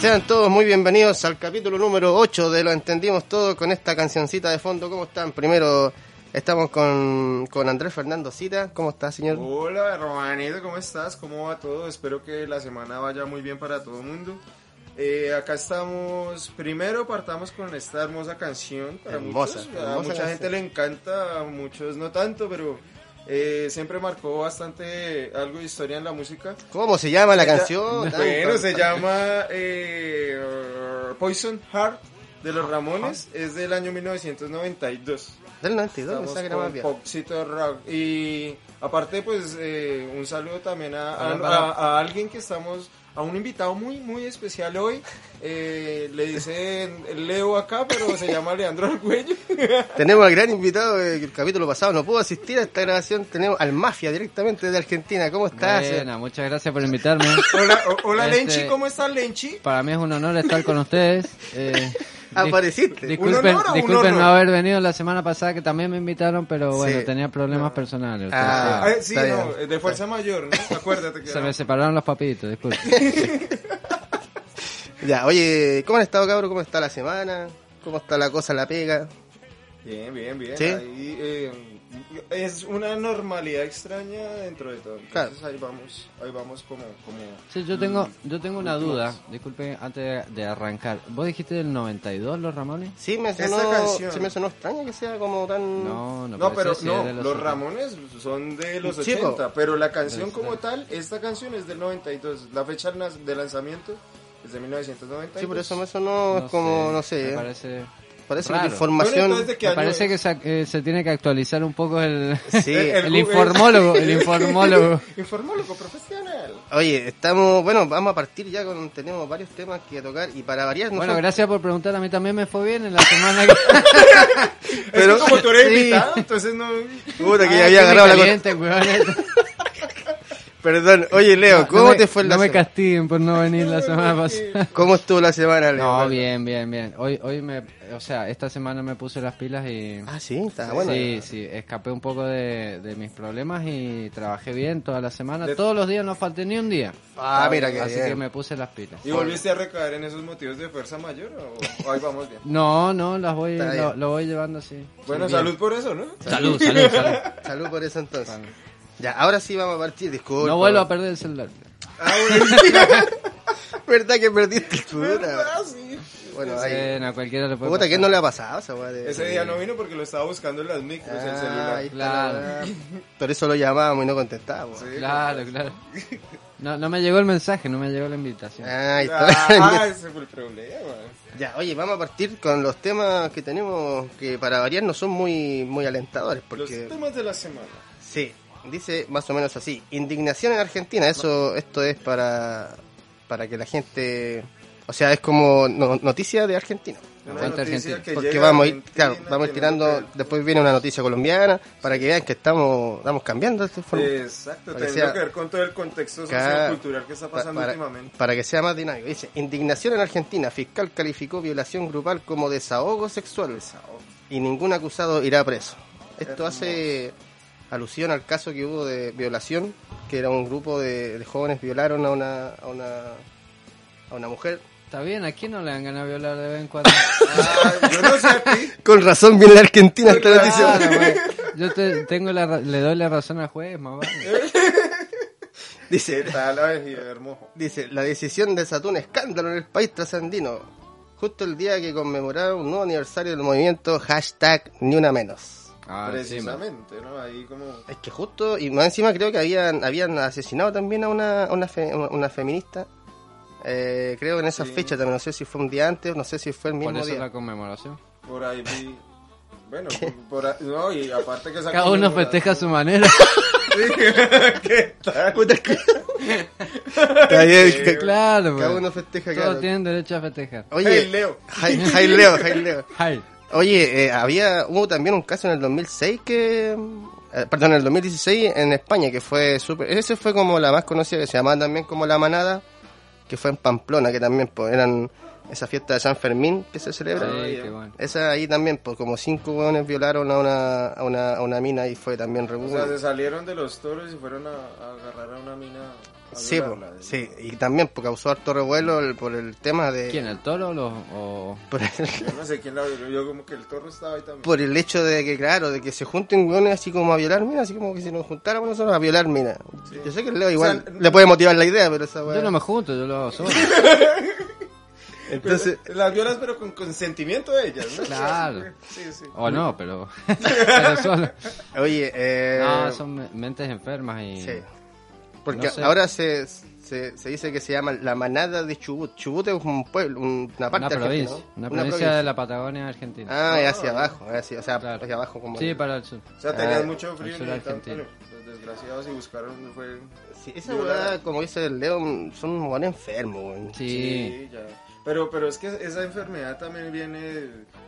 Sean todos muy bienvenidos al capítulo número 8 de Lo Entendimos Todo con esta cancioncita de fondo. ¿Cómo están? Primero estamos con, con Andrés Fernando Cita. ¿Cómo está, señor? Hola, Romanito, ¿cómo estás? ¿Cómo va todo? Espero que la semana vaya muy bien para todo el mundo. Eh, acá estamos, primero partamos con esta hermosa canción para Hermosa, muchos. hermosa a mucha canción. gente le encanta, a muchos no tanto, pero eh, siempre marcó bastante algo de historia en la música. ¿Cómo se llama la Ella- canción? Bueno, Tan- se llama eh, Poison Heart de los Ramones, es del año 1992. Del 92, Estamos esa que era más con vieja. Popcito Rock. Y aparte, pues, eh, un saludo también a, Hola, a- hola. a- a alguien que estamos, a un invitado muy, muy especial hoy. Eh, le dicen Leo acá, pero se llama Leandro Argüello. Tenemos al gran invitado eh, que el capítulo pasado no pudo asistir a esta grabación. Tenemos al Mafia directamente de Argentina. ¿Cómo estás? Buena, muchas gracias por invitarme. hola, o- hola Este- Lenchi, ¿cómo estás, Lenchi? Para mí es un honor estar con ustedes. Eh, Apareciste. dis- disculpen, ¿Un honor o un disculpen no horror? haber venido la semana pasada que también me invitaron, pero bueno, Sí. tenía problemas personales. entonces, Ah, Ah, sí, está no, bien. de fuerza mayor, ¿no? Acuérdate que. se no. me separaron los papitos, disculpen. Ya, oye, ¿cómo han estado, cabros? ¿Cómo está la semana? ¿Cómo está la cosa, la pega? Bien, bien, bien. ¿Sí? Ahí, eh, es una normalidad extraña dentro de todo. Entonces ahí vamos, ahí vamos como, como Sí, yo tengo, yo tengo una duda, disculpen, antes de, de arrancar. ¿Vos dijiste del 92 los Ramones? Sí, me Esta sonó, canción. se me sonó extraño que sea como tan... No, no, Mm. No, parece pero si es no, de los, otros. Ramones son de los Sí, 80, po. pero la canción como tal, esta canción es del 92, la fecha de lanz- de lanzamiento es de 1992. Sí, por eso me sonó No como, no me sé, parece, parece, que la raro. Bueno, información... entonces, ¿de eh. qué me año parece es? que se, eh, se tiene que actualizar un poco el, Sí, El- el Google. informólogo, el informólogo. Informólogo profesional. Oye, estamos, bueno, vamos a partir ya con, tenemos varios temas que tocar y para variar Bueno, nosotros- gracias por preguntar. A mí también me fue bien en la semana que. Pero, Pero- es que como tú eres sí. invitado, entonces no... Puta, que Ay, había Ah, que me agarrado la cosa. calienten, weón. Perdón, oye Leo, ¿cómo No me- te fue la No me semana? castiguen por no venir la semana pasada. ¿Cómo estuvo la semana, Leo? No, Perdón. bien, bien, bien. Hoy, hoy me. O sea, esta semana me puse las pilas y. Ah, sí, está bueno. Sí, sí, escapé un poco de, de mis problemas y trabajé bien toda la semana. De- Todos los días no falté ni un día. Ah, mira que Así bien. que me puse las pilas. ¿Y volviste a recaer en esos motivos de fuerza mayor o, o ahí vamos bien? No, no, las voy, Está lo, bien. lo voy llevando así. Bueno, Sí, bien. salud por eso, ¿no? Salud, salud, salud. Salud por eso entonces. Ya, ahora sí vamos a partir, disculpa. No vuelvo a perder el celular. Ah, bueno, ¿Verdad que perdiste tu ¿verdad? Sí. Bueno, eh, ahí. Bueno, a cualquiera le puede Puta, pasar. ¿qué no le ha pasado esa weá de- Ese día no vino porque lo estaba buscando en las micros, el Ah, celular. ahí está la weá. Por eso lo llamábamos y no pues. contestábamos. Sí. Ah, Claro, claro. No, no me llegó el mensaje, no me llegó la invitación. Ah, ahí está. Ah, ese fue el problema. Ya, oye, vamos a partir con los temas que tenemos que para variar no son muy muy alentadores porque Los temas de la semana. sí, dice más o menos así, indignación en Argentina, eso esto es para para que la gente, o sea, es como no- noticia de Argentina. Aguanta Argentina. que Porque llega vamos a ir, Argentina, claro, vamos a ir que tirando, nunca- después viene una noticia colombiana, para que vean que estamos, estamos cambiando de forma. Exacto, Para que teniendo sea- que ver con todo el contexto Cada- sociocultural que está pa- pasando para, últimamente. para que sea más dinámico. Dice, indignación en Argentina, fiscal calificó violación grupal como desahogo sexual y ningún acusado irá preso. Esto Hermoso. hace alusión al caso que hubo de violación, que era un grupo de, de jóvenes violaron a una, a una a una mujer. Está bien, aquí no le dan ganas de violar de vez en cuando. Ay, yo no sé a ti. Con razón viene la Argentina esta noticia. Claro, güey. Yo te- tengo la ra- le doy la razón al juez, mamá. Eh, Dice, ¿Qué tal, abejillo hermoso? Dice, la decisión desató un escándalo en el país trasandino, justo el día que conmemoraba un nuevo aniversario del movimiento hashtag ni una menos. Ah, sí, ma. Precisamente, ¿no? Ahí como... Es que justo, y más encima creo que habían, habían asesinado también a una, a una, fe- una- una feminista, eh, creo en esa Sí. fecha también, no sé si fue un día antes, no sé si fue el por mismo eso día. la conmemoración. Por ahí vi... Bueno, por, por ahí... No, y aparte que... esa Cada uno conmemoración- festeja a su manera. Sí, ¿Qué tal? Está bien, ca- claro, cada güey. uno festeja Todos claro. tienen derecho a festejar. Oye, Hey, Leo. Jai- Jai Leo, Jai Leo. Ay, Oye, eh, había hubo también un caso en el 2006 que eh, perdón, en el 2016 en España que fue súper ese fue como la más conocida que se llamaba también como La Manada, que fue en Pamplona, que también pues, eran esa fiesta de San Fermín que se celebra. Sí, ya. qué bueno. Esa ahí también, pues como cinco hueones violaron a una, a una, a una mina y fue también O sea, se rebujo. salieron de los toros y fueron a, a agarrar a una mina. a Sí, po, violarla. sí, y también pues, causó harto revuelo el- por el tema de... ¿Quién, el toro o los- o...? Por el, Yo no sé quién la violó, yo como que el toro estaba ahí también. por el hecho de que, claro, de que se junten hueones así como a violar minas, así como que si nos juntáramos nosotros a violar minas. Yo sé que el Leo igual sea, le puede motivar la idea, pero esa Yo hueá... no me junto, yo lo hago solo. Entonces, Pero las violas, pero con consentimiento de ellas, ¿no? Claro. Sí, sí. O no, pero... pero solo. oye, eh... No, son me- mentes enfermas y... Sí. Porque No sé. ahora se, se, se dice que se llama la manada de Chubut. Chubut es un pueblo, un- una parte Una provincia, argentina, ¿no? una provincia de la Patagonia argentina. Ah, es hacia abajo, es hacia- o sea, Oh. Claro. hacia abajo como... Sí, para el sur. O sea, tenían Ah, mucho frío al y sur necesitaban- argentino. bueno, los desgraciados y buscaron, fue... Sí, esa weá, como dice el Leo, son un buen enfermo, weón. Sí. Sí, ya. Pero, pero es que esa enfermedad también viene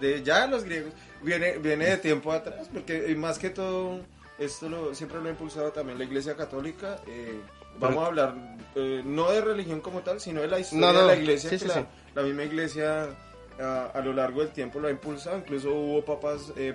de ya los griegos, viene, viene de tiempo atrás, porque eh, más que todo, esto lo, siempre lo ha impulsado también la Iglesia Católica. eh, vamos a hablar eh, no de religión como tal, sino de la historia No, no, de la Iglesia, sí, que sí, la, sí. la misma Iglesia a, a lo largo del tiempo lo ha impulsado. Incluso hubo papas eh,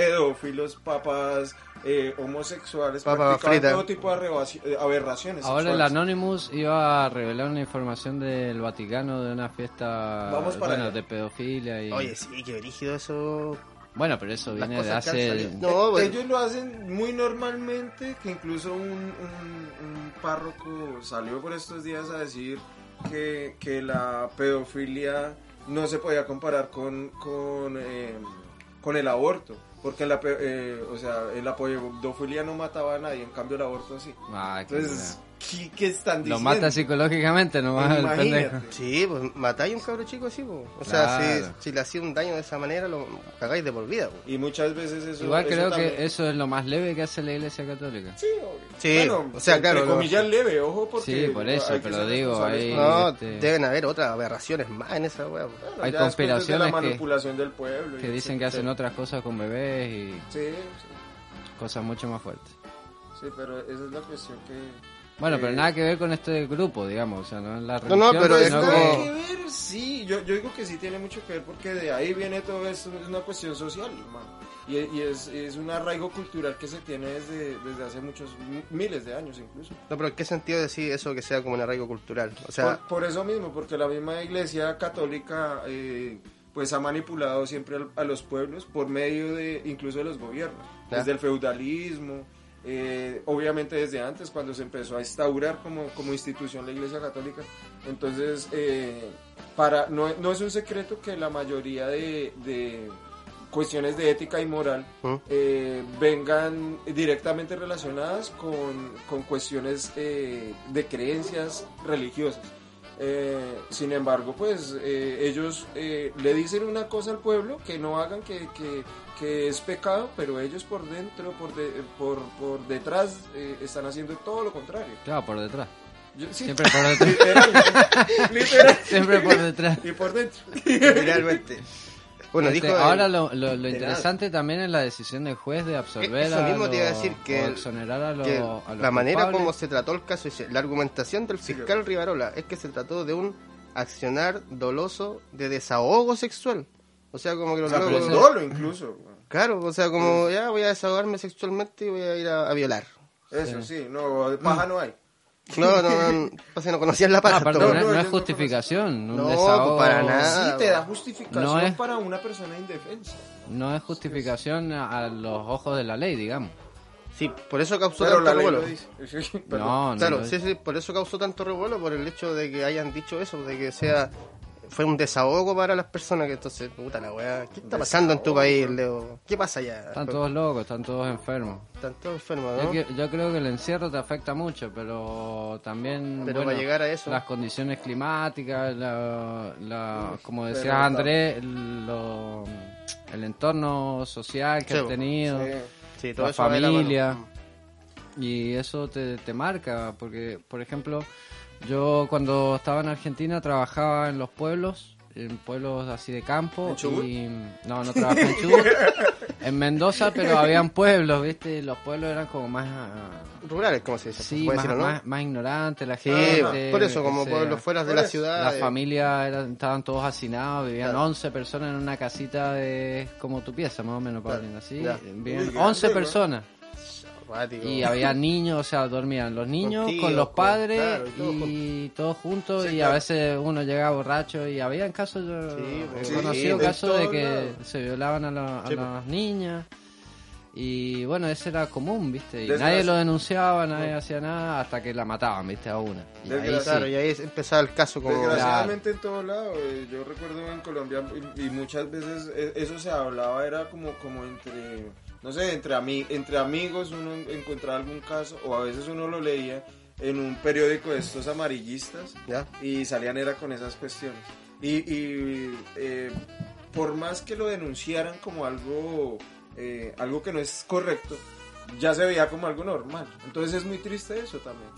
pedófilos, papas eh, homosexuales, Papa practicaban frita. todo tipo de arrebaci- eh, aberraciones. Ahora el sexuales. Anonymous iba a revelar una información del Vaticano de una fiesta Vamos para bueno, allá. de pedofilia y... Oye, sí, qué brígido eso. Bueno, pero eso Las viene de cosas que han hace... salido. No, bueno. Ellos lo hacen muy normalmente, que incluso un, un- un párroco salió por estos días a decir que, que la pedofilia no se podía comparar con, con, eh, con el aborto, porque en la, pe- eh, o sea, en la pedofilia no mataba a nadie, en cambio el aborto sí. Ah, pues, qué Entonces, ¿qué, qué están buena. Lo diciendo? mata psicológicamente nomás el Imagínate. pendejo. Sí, pues matáis a un cabro chico así, po. O sea, Claro. si, si le hacía un daño de esa manera, lo cagáis de por vida, po. Y muchas veces eso... Igual eso creo también- que eso es lo más leve que hace la iglesia católica. Sí, obvio. Sí, o sea, claro, entre lo- comillas leve, ojo, porque... Sí, por eso, hay que pero ser digo, responsables ahí- Sí, no, este- deben haber otras aberraciones más en esa weá, po. Claro, ya Hay después desde conspiraciones la que- manipulación del pueblo. y Que dicen que etcétera. hacen otras cosas con bebés y Sí, sí, cosas mucho más fuertes. sí, pero esa es la cuestión que... Bueno, pero Eh, nada que ver con este grupo, digamos, o sea, no es la No, religión. no, pero Pues es sino como- nada que- que ver, sí, yo, yo digo que sí tiene mucho que ver porque de ahí viene todo esto, es una cuestión social, hermano. Y, y es, es un arraigo cultural que se tiene desde, desde hace muchos, m- miles de años incluso. No, pero ¿en qué sentido decir eso que sea como un arraigo cultural? O sea, por, por eso mismo, porque la misma iglesia católica eh, pues ha manipulado siempre al- a los pueblos por medio de incluso de los gobiernos, Ya. desde el feudalismo, eh, obviamente desde antes cuando se empezó a instaurar como, como institución la iglesia católica. Entonces, eh, para, no, no es un secreto que la mayoría de, de cuestiones de ética y moral ¿Mm? eh, vengan directamente relacionadas con, con cuestiones eh, de creencias religiosas. Eh, sin embargo, pues eh, ellos eh, le dicen una cosa al pueblo que no hagan que, que- que es pecado, pero ellos por dentro, por, de- por, por detrás, eh, están haciendo todo lo contrario. Claro, por detrás. Yo- sí, Siempre por detrás. literal, literal, Siempre por detrás. y por dentro. realmente. Bueno, Este, dijo... el- ahora lo, lo- lo interesante también es la decisión del juez de absolver Eso a mismo te iba a los- decir, que o el- exonerar a los, que a los la manera culpables. como se trató el caso, dice, la argumentación del fiscal Rivarola es que se trató de un accionar doloso de desahogo sexual. O sea, como que O los sea, pues, eh, locos- con dolo incluso. Claro, o sea, como ya voy a desahogarme sexualmente y voy a ir a, a violar. Eso sí, Mm. no, de paja no hay. No, no, no, o sea, no conocían la Ah, paja. aparte, todo. no, no, no yo es no justificación, un No, pues, desahogo. para nada. Sí, te da justificación No es- para una persona indefensa. No es justificación a a los ojos de la ley, digamos. Sí, por eso causó Pero tanto la ley revuelo. lo dice. Perdón. No, no. Claro, lo- sí, sí, por eso causó tanto revuelo, por el hecho de que hayan dicho eso, de que sea... Fue un desahogo para las personas que entonces, puta la weá, ¿qué está pasando en tu país, Leo? ¿Qué pasa allá? Están todos locos, están todos enfermos. Están todos enfermos, Yo, ¿no? que- yo creo que el encierro te afecta mucho, pero también Pero para llegar a eso. las condiciones climáticas, la, la- como pero decías no. Andrés, lo- el entorno social que Sí, has bo. tenido, Sí, todo la eso va de la mano. familia, y eso te, te marca, porque por ejemplo, yo cuando estaba en Argentina trabajaba en los pueblos, en pueblos así de campo, ¿En Chubut? y no, no trabajaba en Chubut, en Mendoza, pero habían pueblos, ¿viste? Los pueblos eran como más... ah, Rurales, como se dice. Sí, ¿Puede más, decirlo, no? más, más ignorantes la Sí, gente. por eso, como que por sea. los fueras de Por la eso. ciudad. La eh, familia era- estaban todos hacinados, vivían Claro. 11 personas en una casita de como tu pieza, más o menos, Claro, Paulina, ¿sí? ya. Vivían Uy, qué 11 grande, ¿no? personas acuático. y había niños, o sea, dormían los niños con, tíos, los con- padres claro, y todos y todos juntos Sí, y claro. a veces uno llegaba borracho y había casos, yo Sí, he pues, conocido sí, en casos de todos que lados. se violaban a, la- a Sí, pues. las niñas y bueno, ese era común, ¿viste? Y Desde nadie las- lo denunciaba, nadie hacía nada hasta que la mataban, ¿viste? A una. Y Desde ahí las- sí. Claro, y ahí es- empezaba el caso como... Desgraciadamente en todo lado, eh, yo recuerdo en Colombia y, y muchas veces eh, eso se hablaba, era como, como entre, no sé, entre, ami- entre amigos uno en- encontraba algún caso o a veces uno lo leía en un periódico de estos amarillistas Ya. y salían era con esas cuestiones. Y, y, eh, por más que lo denunciaran como algo, eh, algo que no es correcto, ya se veía como algo normal. Entonces es muy triste eso también.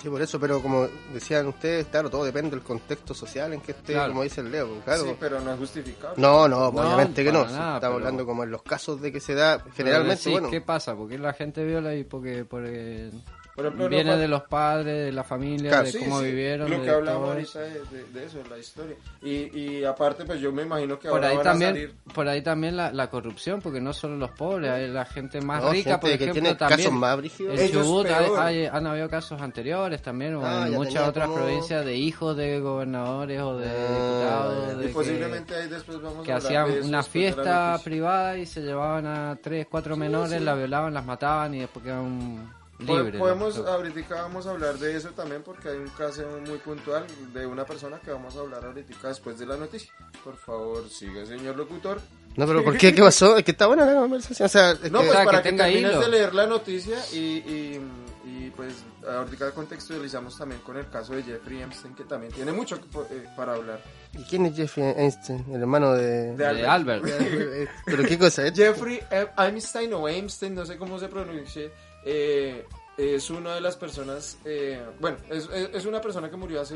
Sí, por eso, pero como decían ustedes, claro, todo depende del contexto social en que esté, Claro. como dice el Leo, pues, claro. Sí, pero no es justificable. No, no, No, obviamente que no. para nada, Estamos pero- hablando como en los casos de que se da generalmente, Pero decís, bueno. ¿Qué pasa? Porque la gente viola y porque, porque Por ejemplo, viene no- de los padres, de la familia, Claro, de Sí, cómo sí, vivieron. Lo de que hablamos todo ahorita de, de- de eso, la historia. Y, y aparte, pues yo me imagino que Por ahora ahí, van a también, salir. por ahí también la, la corrupción, porque no solo los pobres, hay la gente más no, rica, gente por que ejemplo, tiene también. casos más brígidos. En Ellos Chubut hay- peor. hay- han habido casos anteriores también, o Ah, en ya muchas tenía otras como- provincias de hijos de gobernadores o de Ah, ya, diputados. ya. de Y que- posiblemente ahí después vamos que a hablar hacían de esos una fiesta futuros amigos. privada y se llevaban a tres, cuatro menores, la violaban, las mataban y después quedaban Po- libres. Podemos, ¿no? ahorita vamos a hablar de eso también porque hay un caso muy puntual de una persona que vamos a hablar ahorita después de la noticia. Por favor, siga, señor locutor. No, pero ¿por qué? ¿Qué pasó? Es que está buena la conversación. O sea, es No, que- pues sea, para que que, tenga termines hilo. de leer la noticia y, y, y, pues ahorita contextualizamos también con el caso de Jeffrey Epstein que también tiene mucho que po- eh, para hablar. ¿Y quién es Jeffrey Einstein? El hermano de... De De Albert. Eh, ¿Pero qué cosa es? Jeffrey Ep- Einstein o Einstein, no sé cómo se pronuncia, eh, es una de las personas, eh, bueno, es, es- es una persona que murió hace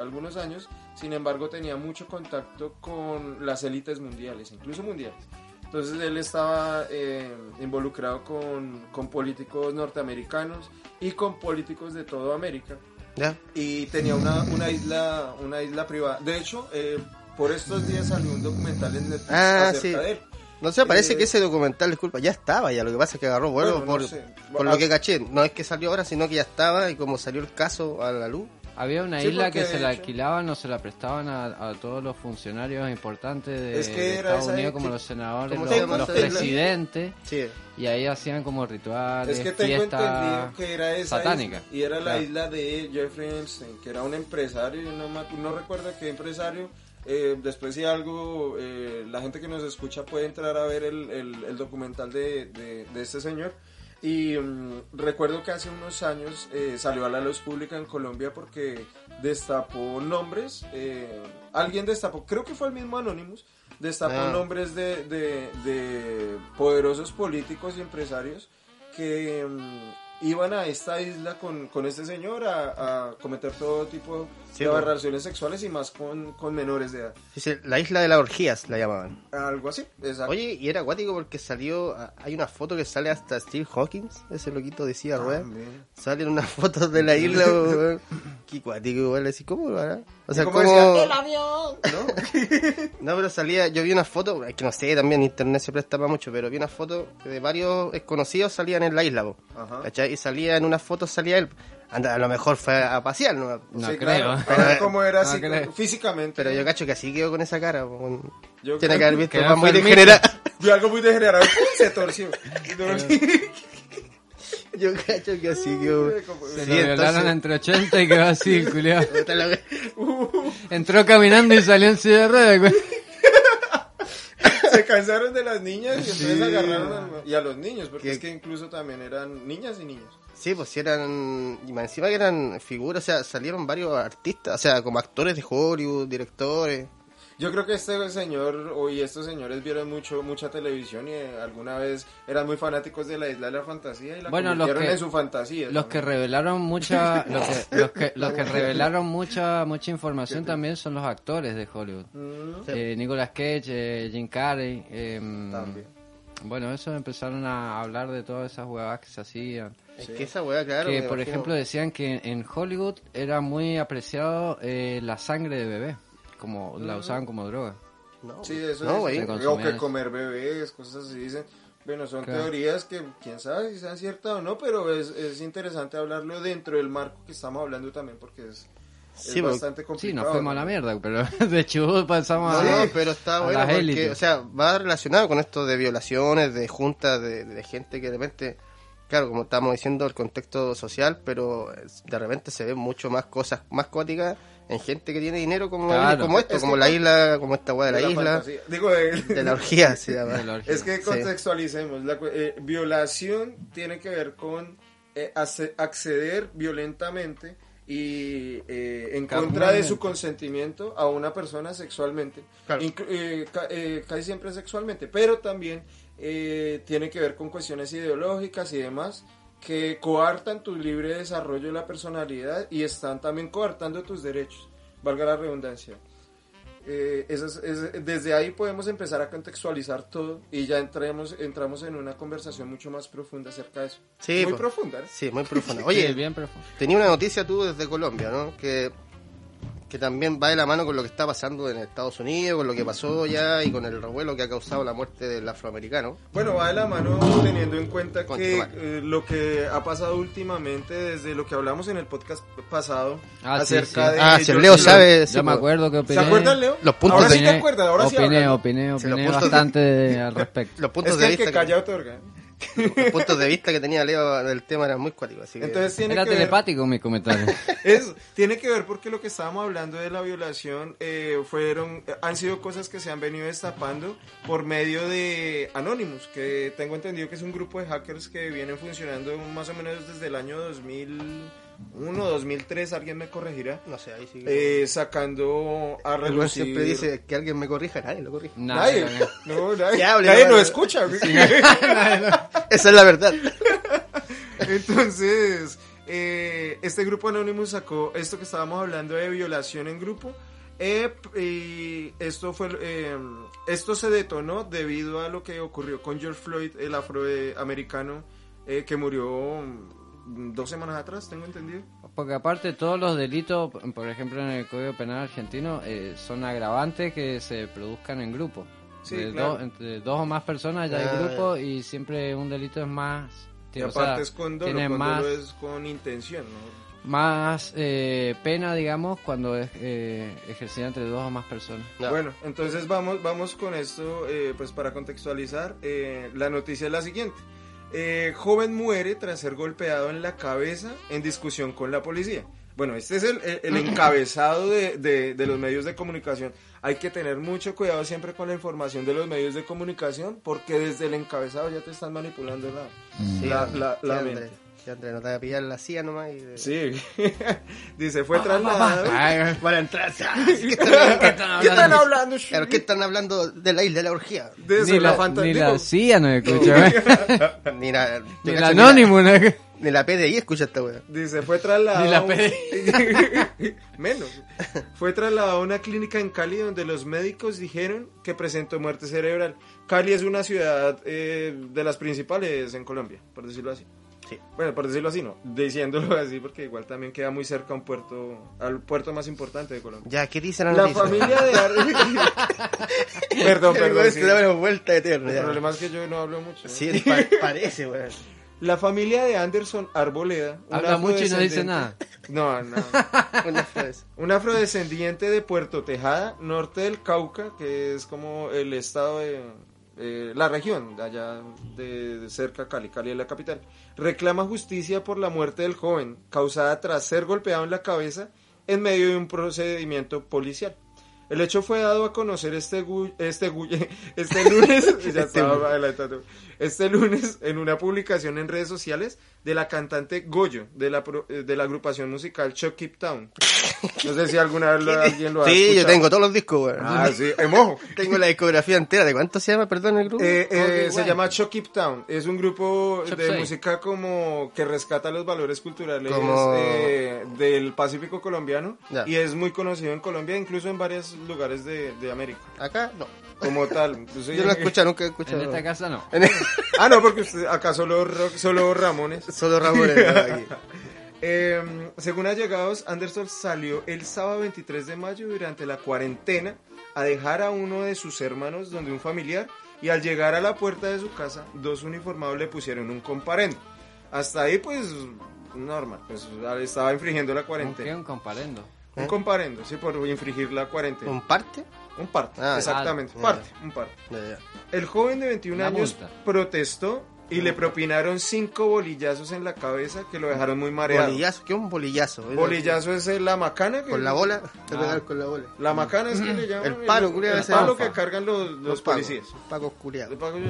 algunos años, sin embargo tenía mucho contacto con las élites mundiales, incluso mundiales. Entonces él estaba eh, involucrado con, con políticos norteamericanos y con políticos de toda América ¿Ya? y tenía una, una isla una isla privada. De hecho, eh, por estos días salió un documental en Netflix Ah, acerca sí. de él. No sé, parece Eh, que ese documental, disculpa, ya estaba ya. Lo que pasa es que agarró vuelo Bueno, no por, sé. por Ah, lo que caché. No es que salió ahora, sino que ya estaba y como salió el caso a la luz. Había una Sí, isla porque que de se la hecho- alquilaban o se la prestaban a, a todos los funcionarios importantes de, Es que de era Estados esa Unidos, isla- como los senadores, ¿Cómo los, se llama los esa isla? presidentes, Sí. y ahí hacían como rituales, Es que tengo fiestas. entendido que era esa satánica. isla, y era la Claro. isla de Jeffrey Epstein, que era un empresario, yo no, me acu- no recuerdo qué empresario. eh, después si algo, eh, la gente que nos escucha puede entrar a ver el, el- el documental de, de- de este señor. Y mm, recuerdo que hace unos años eh, salió a la luz pública en Colombia porque destapó nombres, eh, alguien destapó, creo que fue el mismo Anonymous, destapó Ah. nombres de, de- de poderosos políticos y empresarios que mm, iban a esta isla con, con este señor a, a cometer todo tipo Sí, de bueno. aberraciones sexuales y más con, con menores de edad. Dice, La isla de las orgías la llamaban. Algo así, exacto. Oye, y era acuático porque salió. a- Hay una foto que sale hasta Steve Hawkins, ese loquito de Ah, silla de ruedas. También. Salen unas fotos de la isla, weón. Qué acuático, igual. Así, ¿cómo lo hará? O sea, ¿Y ¿cómo.? cómo decía, "El avión", ¿no? No, pero salía. Yo vi una foto, es que no sé, también internet se presta para mucho, pero vi una foto de varios desconocidos salían en la isla, po. Ajá. ¿Cachai? Y salía en una foto, salía él. Anda, a lo mejor fue a pasear, ¿no? No Sí, creo. claro. A Pero- ver cómo era no así, creo. físicamente. Pero yo cacho que así quedó con esa cara, po, weón. Yo Tiene creo que haber que visto era más muy enfermizo. degenerada. Yo algo muy degenerado. Se torció. Yo cacho que así quedó. weón. Se Sí, lo violaron entonces- entre 80 y quedó así, culiao. Puta la wea. Entró caminando y salió en silla de ruedas, güey. se cansaron de las niñas y entonces Sí. agarraron a, y a los niños, porque ¿Qué? es que incluso también eran niñas y niños. Sí, pues sí eran. Y más encima que eran figuras, o sea, salieron varios artistas, o sea, como actores de Hollywood, directores. Yo creo que este señor o y estos señores vieron mucho mucha televisión y eh, alguna vez eran muy fanáticos de la isla de la fantasía y la Bueno, los convirtieron que- en su fantasía. Los que también. revelaron mucha, los que, los que, los que revelaron mucha, mucha información también son los actores de Hollywood. Mm, Sí. Eh, Nicolas Cage, eh, Jim Carrey, eh, También. Bueno, eso empezaron a hablar de todas esas huevadas que se hacían. Es Sí. que esa weá, claro. que me por imagino. ejemplo decían que en Hollywood era muy apreciado eh, la sangre de bebé, como Mm. la usaban como droga. No, pues. Sí, eso no, es. güey. Se O que consumían. comer bebés, cosas así dicen. Bueno, son Claro. teorías que quién sabe si sean ciertas o no, pero es, es interesante hablarlo dentro del marco que estamos hablando también porque es, es Sí, porque- bastante Sí, complicado. nos fuimos a la mierda, pero de chudo pasamos No, a... no, pero a está las bueno porque, élites. o sea, va relacionado con esto de violaciones, de juntas, de, de gente que de repente, claro, como estamos diciendo, el contexto social, pero eh, de repente se ven mucho más cosas más cuáticas en gente que tiene dinero como, Claro. como esto, Es como que- la isla, como esta weá de la, isla, fantasía. Digo, eh, de la orgía se llama. de la orgía. Es que Sí. contextualicemos. La cu- eh, violación tiene que ver con eh, ace- acceder violentamente y eh, en contra de Carnalmente. su consentimiento a una persona sexualmente. Claro. Inclu- eh, ca- eh, casi siempre sexualmente, pero también eh, tiene que ver con cuestiones ideológicas y demás que coartan tu libre desarrollo de la personalidad y están también coartando tus derechos, valga la redundancia. Eh, esas- es- desde ahí podemos empezar a contextualizar todo y ya entremos, entramos en una conversación mucho más profunda acerca de eso. Sí, Muy pues. profunda. ¿eh? Sí, muy profunda. Sí, Oye, bien profundo. Tenía una noticia tú desde Colombia, ¿no? Que, que también va de la mano con lo que está pasando en Estados Unidos, con lo que pasó ya y con el revuelo que ha causado la muerte del afroamericano. Bueno, va de la mano teniendo en cuenta que Continúa. eh, lo que ha pasado últimamente desde lo que hablamos en el podcast pasado Ah, sí, acerca sí. de... Ah, de si el George Leo Floyd. sabe... sí, Yo me po. acuerdo que ¿Se opiné... acuerdan, Leo? Los puntos ahora de sí te opiné- acuerdas, ahora sí opiné, hablas. opiné, Sí, los opiné puntos de- bastante al respecto. Los puntos, Es que de el que vista calla otorga. los puntos de vista que tenía Leo del tema eran muy cuáticos. Así que, Entonces tiene Era que ver... telepático mi comentario. Eso, tiene que ver porque lo que estábamos hablando de la violación eh, fueron, han sido cosas que se han venido destapando por medio de Anonymous, que tengo entendido que es un grupo de hackers que vienen funcionando más o menos desde el año 2001, 2003, alguien me corregirá, no sé, ahí sí. que- eh, sacando a el weón relucir. siempre dice que alguien me corrija, nadie lo corrige. Nada, Nadie, nada. no, nadie, Ya, hable, nadie ya, nos hable. escucha. güey. Esa es la verdad. Entonces, eh, este grupo Anonymous sacó esto que estábamos hablando de violación en grupo. eh, y esto fue eh, esto se detonó debido a lo que ocurrió con George Floyd, el afroamericano eh, que murió mm, dos semanas atrás, tengo entendido. Porque aparte todos los delitos, por ejemplo en el Código Penal argentino, eh, son agravantes que se produzcan en grupo. Sí, de claro. dos- entre dos o más personas ya Ah, hay grupo y siempre un delito es más... Y o aparte sea, es con dolo, tiene con dolo más, es con intención, ¿no? más eh, pena, digamos, cuando es eh, ejercida entre dos o más personas. Ya. Bueno, entonces vamos, vamos con esto, eh, pues para contextualizar, eh, la noticia es la siguiente. Eh, joven muere tras ser golpeado en la cabeza en discusión con la policía. Bueno, este es el, el- el encabezado de, de- de los medios de comunicación. Hay que tener mucho cuidado siempre con la información de los medios de comunicación porque desde el encabezado ya te están manipulando la, la, la- la Sí, mente. Andrés. Sí, Andrés, no te voy a pillar la CIA nomás. Y de- Sí, dice, fue trasladado. Para entrar. Ah, ¿Qué están hablando? Claro, ¿qué están hablando de la isla de la orgía? De eso, ni la, la, fanta- ni digo, la CIA no escucha, ¿eh? Ni la, yo ni el cacho, anónimo. ¿no? Ni la PDI escucha esta weá. Dice, fue trasladado. Ni la a un- Menos. Fue trasladado a una clínica en Cali donde los médicos dijeron que presentó muerte cerebral. Cali es una ciudad eh, de las principales en Colombia, por decirlo así. Sí. Bueno, por decirlo así, no. Diciéndolo así, porque igual también queda muy cerca a un puerto, al puerto más importante de Colombia. Ya, ¿qué dice la La noticia? familia de Arley. perdón, perdón. pues, sí. Se da una vuelta eterna. El ya. problema es que yo no hablo mucho. ¿no? Sí, pa- parece, weón. La familia de Anderson Arboleda. un Habla mucho y no dice afrodescendiente- nada. No, no. Una frase. Un afrodescendiente de Puerto Tejada, norte del Cauca, que es como el estado de... eh, la región de allá de, de cerca Cali, Cali es la capital, reclama justicia por la muerte del joven causada tras ser golpeado en la cabeza en medio de un procedimiento policial. El hecho fue dado a conocer este gu- este gu- este lunes, ya estaba adelantando. este lunes en una publicación en redes sociales de la cantante Goyo, de la, pro- eh, de la agrupación musical Chuck Keep Town. No sé si alguna vez lo- alguien lo ha Sí, yo escuchado. tengo todos los discos, weón. Ah, sí, emojo. Tengo la discografía entera. ¿De cuánto se llama, perdón, el grupo? Eh, eh, Oye, se guay. llama Chuck Keep Town. Es un grupo Chuck de Say. música como que rescata los valores culturales Como- eh, del Pacífico colombiano Ya. y es muy conocido en Colombia, incluso en varios lugares de, de América. Acá, no. Como tal. Entonces, Yo no he escuchado, nunca he En escuchado. esta casa no. En- Ah, no, porque usted- acá solo, rock- solo Ramones. Solo Ramones. ¿no? Aquí. Eh, según allegados, Anderson salió el sábado 23 de mayo durante la cuarentena a dejar a uno de sus hermanos donde un familiar y al llegar a la puerta de su casa, dos uniformados le pusieron un comparendo. Hasta ahí pues normal, pues estaba infringiendo la ¿Con qué? cuarentena. Un comparendo. Un comparendo, sí, por infringir la cuarentena. ¿Un parte? Un parte, Ah, exactamente, ya. parte, un parte. Ya, ya. El joven de 21 Una años multa. protestó y le propinaron cinco bolillazos en la cabeza que lo dejaron muy mareado. Bolillazo, ¿qué es un bolillazo? Bolillazo es eh, la macana. que- Con la bola. Te Ah. pegan con la bola. La macana es que le llaman. El palo, culiao, El ese palo alfa. que cargan los, pagos, los policías. Pagos culiados. Los pagos,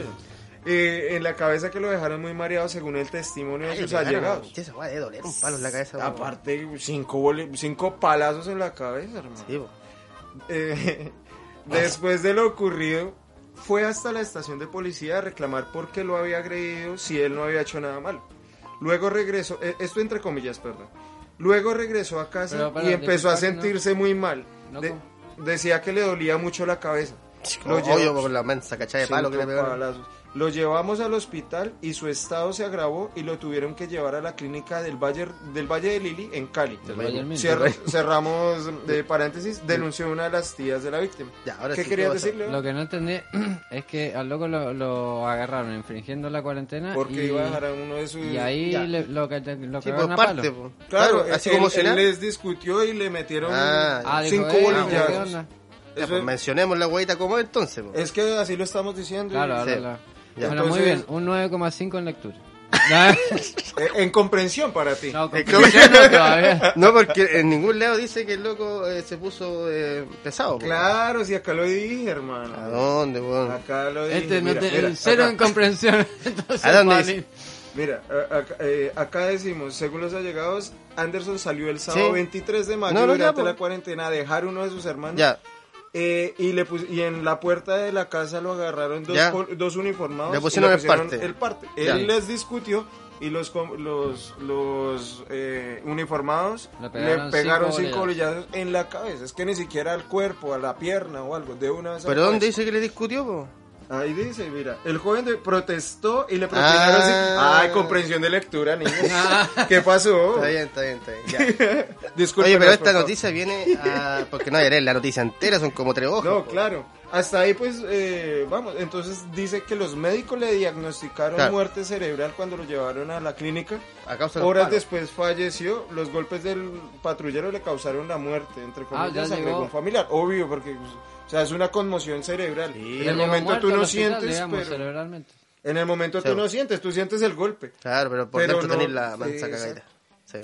eh, en la cabeza que lo dejaron muy mareado según el testimonio de Ay, sus le pegaron, allegados. che, Esa va de doler un palo en la cabeza. weón. Aparte, cinco, boli- cinco palazos en la cabeza, hermano. Sí, po. Eh, después de lo ocurrido, fue hasta la estación de policía a reclamar por qué lo había agredido si él no había hecho nada malo. Luego regresó, eh, esto entre comillas, perdón. Luego regresó a casa Pero, pero, y empezó a disculpa que no- sentirse muy mal. no De- com- decía que le dolía mucho la cabeza. Lo Obvio, llevó- por la mensa cachá de palo que le Cinco pegaron. palazos. Lo llevamos al hospital y su estado se agravó y lo tuvieron que llevar a la clínica del Valle, del Valle de Lili en Cali. Del Valle del Min. Cierra- cerramos de paréntesis, denunció una de las tías de la víctima. Ya, ahora ¿Qué sí, querías ¿qué pasa? decirle? Lo que no entendí es que al loco lo, lo agarraron infringiendo la cuarentena. Porque y, iba a dejar a uno de sus... y ahí Ya. le- lo, que lo Sí, cagaron por a parte, palo. po. Claro, así él, como si él nada. les discutió y le metieron Ah, Ah, dijo, cinco "Eh, ¿qué bolillas. onda?". Ya, Eso pues, es, mencionemos la huevita como es, entonces. po. es que así lo estamos diciendo. y- Claro, Sí. ahora la- Ya. Bueno, muy bien, Entonces- un 9,5 en lectura. Eh, en comprensión para ti. no, Eh, con- no, todavía. No, porque en ningún lado dice que el loco eh, se puso eh, pesado. po. Claro, si acá lo dije, hermano. ¿A dónde, weón? Acá lo dije. Ah, Este no mira, te- mira, el cero acá. en comprensión. Entonces, ¿A dónde Juan, dice? Mira, a- acá, eh, acá decimos, según los allegados, Anderson salió el sábado Sí. 23 de mayo No, no, ya, durante por- pues. la cuarentena a dejar uno de sus hermanos. Ya, eh, y, le pus- y en la puerta de la casa lo agarraron dos, Ya. pol- dos uniformados. Le y pusieron el parte. el parte. Ya. Él les discutió y los, com- los, los eh, uniformados Le le pegaron pegaron, cinco cinco bolillazos en la cabeza. Es que ni siquiera al cuerpo, a la pierna o algo. De una vez a la ¿pero dónde cabeza. dice que le discutió? po? Ahí dice, mira, el joven de- protestó y le Ah. propinaron... cinco- Ay, comprensión de lectura, niños. ¿Qué pasó? Está bien, está bien, está bien. ya. Disculpen. Oye, pero esta noticia viene a... Porque no, leer la noticia entera son como tres hojas. No, po. claro. Hasta ahí, pues, eh, vamos. Entonces dice que los médicos le diagnosticaron Claro. muerte cerebral cuando lo llevaron a la clínica. A causa del Horas palo. después falleció. Los golpes del patrullero le causaron la muerte, entre comillas, Ah, ya agregó llegó. un familiar. Obvio, porque, pues, o sea, es una conmoción cerebral. en Pero el llegó momento muerto tú al no hospital, sientes, digamos, pero- cerebralmente. En el momento Sí. tú no sientes, tú sientes el golpe. Claro, pero por Pero dentro no- tenés la mansa sí, cagadita. Sí.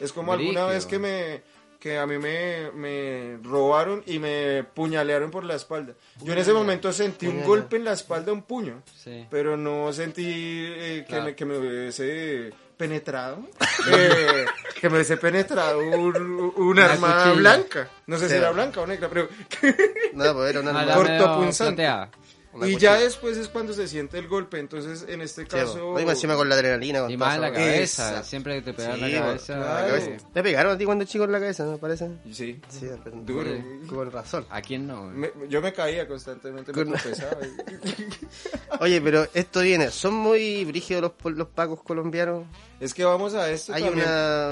Es como alguna Brígido. vez que me que a mí me, me robaron y me puñalearon por la espalda. Yo en ese momento sentí un golpe en la espalda, un puño, Sí. pero no sentí eh, que, Claro. me, que me hubiese penetrado, eh, que me hubiese penetrado un, un Una arma cuchilla. blanca. No sé si Sí. era blanca o negra, pero... No, pues era una Ah, normal. la medio Cortopunzante. plateada. Una y cuchilla. ya después es cuando se siente el golpe, entonces en este Sí, caso... po. Oye, más encima con la adrenalina. Con Y toda más en esa la hueá. cabeza. Exacto. Siempre que te pegan la Sí, po, cabeza. la claro. cabeza. ¿Te pegaron a ti cuando chico en la cabeza, no parece? Sí, Sí, Mm, duro. Con razón. ¿A quién no? Me- yo me caía constantemente, me Con- tropezaba. Oye, pero esto viene. ¿Son muy brígidos los, pol- los pacos colombianos? Es que vamos a esto Hay también. una.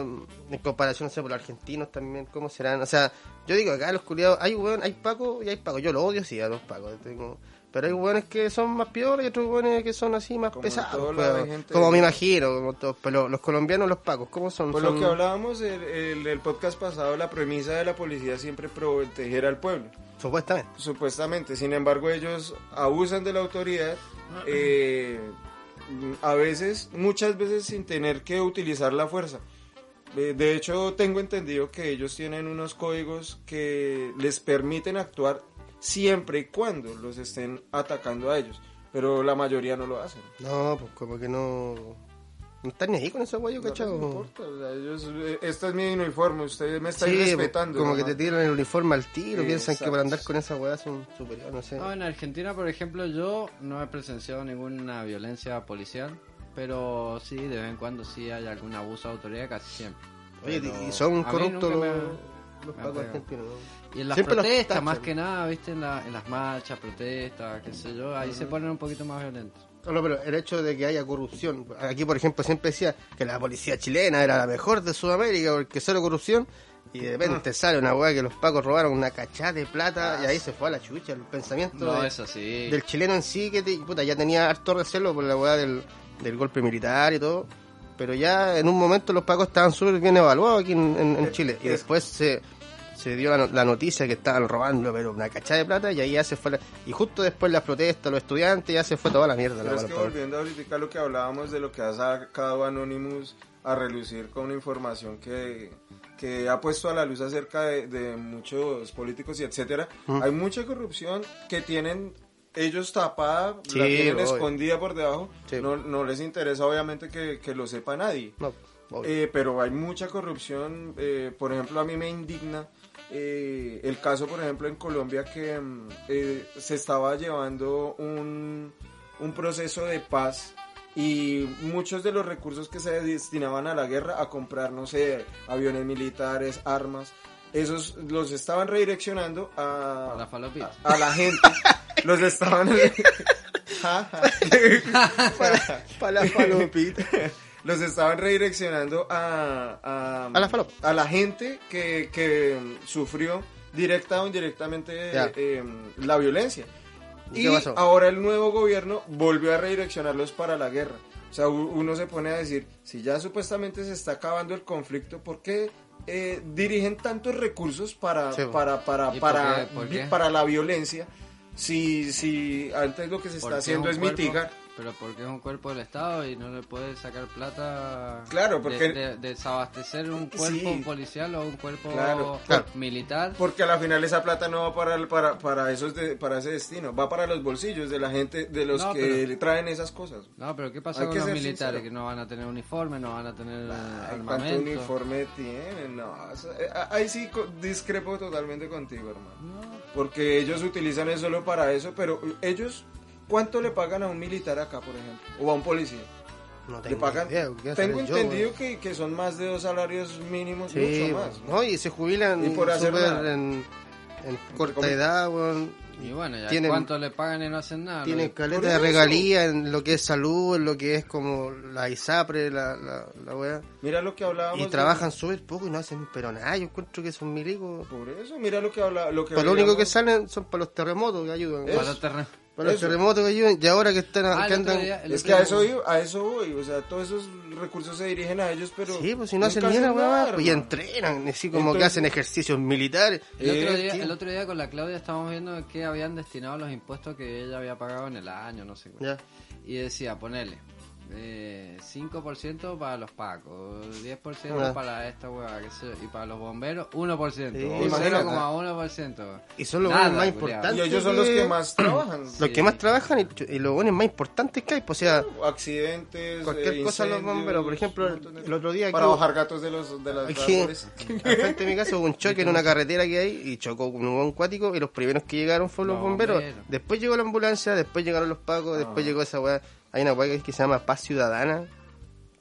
En comparación, no sé, por los argentinos también, ¿cómo serán? O sea, yo digo acá los culiados. Hay hueón, hay pacos y hay pacos. Yo lo odio, sí, a los pacos. tengo- Pero hay hueones que son más peores y otros hueones que son así más Como en todo pesados. lado weón. hay gente- Como me imagino, como todos. Pero los colombianos, los pacos, ¿cómo son? Por Son- lo que hablábamos el, el, el podcast pasado, la premisa de la policía siempre proteger al pueblo, Supuestamente. supuestamente. Sin embargo, ellos abusan de la autoridad, eh, a veces, muchas veces sin tener que utilizar la fuerza. Eh, De hecho, tengo entendido que ellos tienen unos códigos que les permiten actuar siempre y cuando los estén atacando a ellos, pero la mayoría no lo hacen. No, pues como que no. No están ni ahí con esos guayos, No, cachao. no importa, o sea, ellos, eh, este es mi uniforme, usted me está Sí, pues, respetando. como ¿no? que te tiran el uniforme al tiro, Sí, piensan que exacto. para andar con esa weá son superiores, no sé. No, en Argentina, por ejemplo, yo no he presenciado ninguna violencia policial, pero sí, de vez en cuando sí hay algún abuso de autoridad, casi siempre. Oye, Pero y son a mí corruptos nunca los, me- los me pacos han pegado. argentinos. ¿no? Y en las Siempre los protestas, tachan. más que nada, ¿viste? En, la- en las marchas, protestas, qué sé yo, ahí se ponen un poquito más violentos. No, no, pero el hecho de que haya corrupción. Aquí, por ejemplo, siempre decía que la policía chilena era la mejor de Sudamérica porque cero corrupción. Y de repente Ah. sale una weá que los pacos robaron una cachada de plata y ahí se fue a la chucha. El pensamiento No, de- eso sí. del chileno en sí, que te- puta, ya tenía harto recelo por la weá del, del golpe militar y todo. Pero ya en un momento los pacos estaban súper bien evaluados aquí en, en- en Eh, Chile. Y después se, se dio la, no- la noticia que estaban robando, pero una cachada de plata y ahí ya se fue. la- y justo después las protestas, los estudiantes, ya se fue toda la mierda. la Pero weá, es que los pacos. volviendo ahorita a lo que hablábamos de lo que ha sacado Anonymous a relucir con información que, que ha puesto a la luz acerca de, de muchos políticos y etcétera, hay mucha corrupción que tienen ellos tapada, Sí, la tienen obvio. escondida por debajo, Sí. no, no les interesa obviamente que, que lo sepa nadie. No, obvio. Eh, pero hay mucha corrupción. eh, por ejemplo, a mí me indigna eh, el caso, por ejemplo, en Colombia que mm, eh, se estaba llevando un, un proceso de paz y muchos de los recursos que se destinaban a la guerra a comprar, no sé, aviones militares, armas, esos los estaban redireccionando a, A la falopita. a- a la gente. los estaban... Ja, ja. para, para la eh, falopita. los estaban redireccionando a, a, A la falopa. a la gente que, que mm, sufrió directa o indirectamente Ya. eh, la violencia. ¿Y Y, qué pasó? ahora el nuevo gobierno volvió a redireccionarlos para la guerra. O sea, u- uno se pone a decir, si ya supuestamente se está acabando el conflicto, ¿por qué eh, dirigen tantos recursos para, Sí, po. para, para, ¿Y por para, qué? ¿Por vi- qué? para la violencia? Si, si antes lo que se está Porque haciendo un es cuerpo- mitigar. Pero porque es un cuerpo del Estado y no le puede sacar plata. Claro, de- porque- de- desabastecer un cuerpo Sí. policial o un cuerpo Claro, claro. militar. Porque a la final esa plata no va para, el- para, para, esos de- para ese destino, va para los bolsillos de la gente, de los No, que pero- le traen esas cosas. No, pero ¿qué pasa Hay con que los ser militares? sincero. Que no van a tener uniforme, no van a tener eh, Ay, ¿Cuánto armamento. uniforme tienen? No, o sea, eh, ahí sí co- discrepo totalmente contigo, hermano. No, Porque ellos utilizan eso solo para eso, pero ellos, ¿cuánto le pagan a un militar acá, por ejemplo? O a un policía. No ¿Le tengo pagan? idea, ¿qué voy a Tengo saber yo, entendido weón? que, que son más de dos salarios mínimos, Sí, mucho más. weón. no, y se jubilan Y por hacer súper nada. en, en corta comillas. edad, weón. Y bueno, ya Tienen- cuánto le pagan y no hacen nada. Tienen ¿no? caleta Ah, Por de eso. regalía en lo que es salud, en lo que es como la ISAPRE, la, la, la weá. Mira lo que hablábamos. Y de- trabajan súper poco y no hacen pero nada. Yo encuentro que son milicos. Por eso, mira lo que habla, lo que Para Pues lo único que veíamos. salen son para los terremotos que ayudan. Eso. Para los terren- Para los eso. terremotos que ayudan. Y ahora que están Ah, el que otro andan- día- el Es que otro a día- eso, voy, a eso voy, o sea, todos esos recursos se dirigen a ellos, pero... Sí, pues si no nunca hacen ni una nada, weá, pues ya hermano. entrenan. Así como que Entonces- hacen ejercicios militares. El otro, Eh, día, tío. el otro día con la Claudia estábamos viendo que habían destinado los impuestos que ella había pagado en el año, no sé cuánto. Ya. Y decía, ponele eh, 5% para los pacos, 10% Ah. para esta hueá, qué sé yo, y para los bomberos 1%, Sí, o imagínate. 0,1%. Y son los Nada, buenos más culiao. importantes. Y ellos son los que más trabajan. Los que más trabajan y, y los buenos más importantes que hay. Pues, o sea, Accidentes, Cualquier eh, cosa los incendios, bomberos, por ejemplo, un montón de- el otro día Para que- bajar gatos de, los, de las Aquí, árboles. al frente de mi casa hubo un choque en una carretera que hay y chocó con un buen cuático y los primeros que llegaron fueron los Los bomberos. bomberos. Después llegó la ambulancia, después llegaron los pacos, después llegó esa weá. Hay una weá que, que se llama Paz Ciudadana,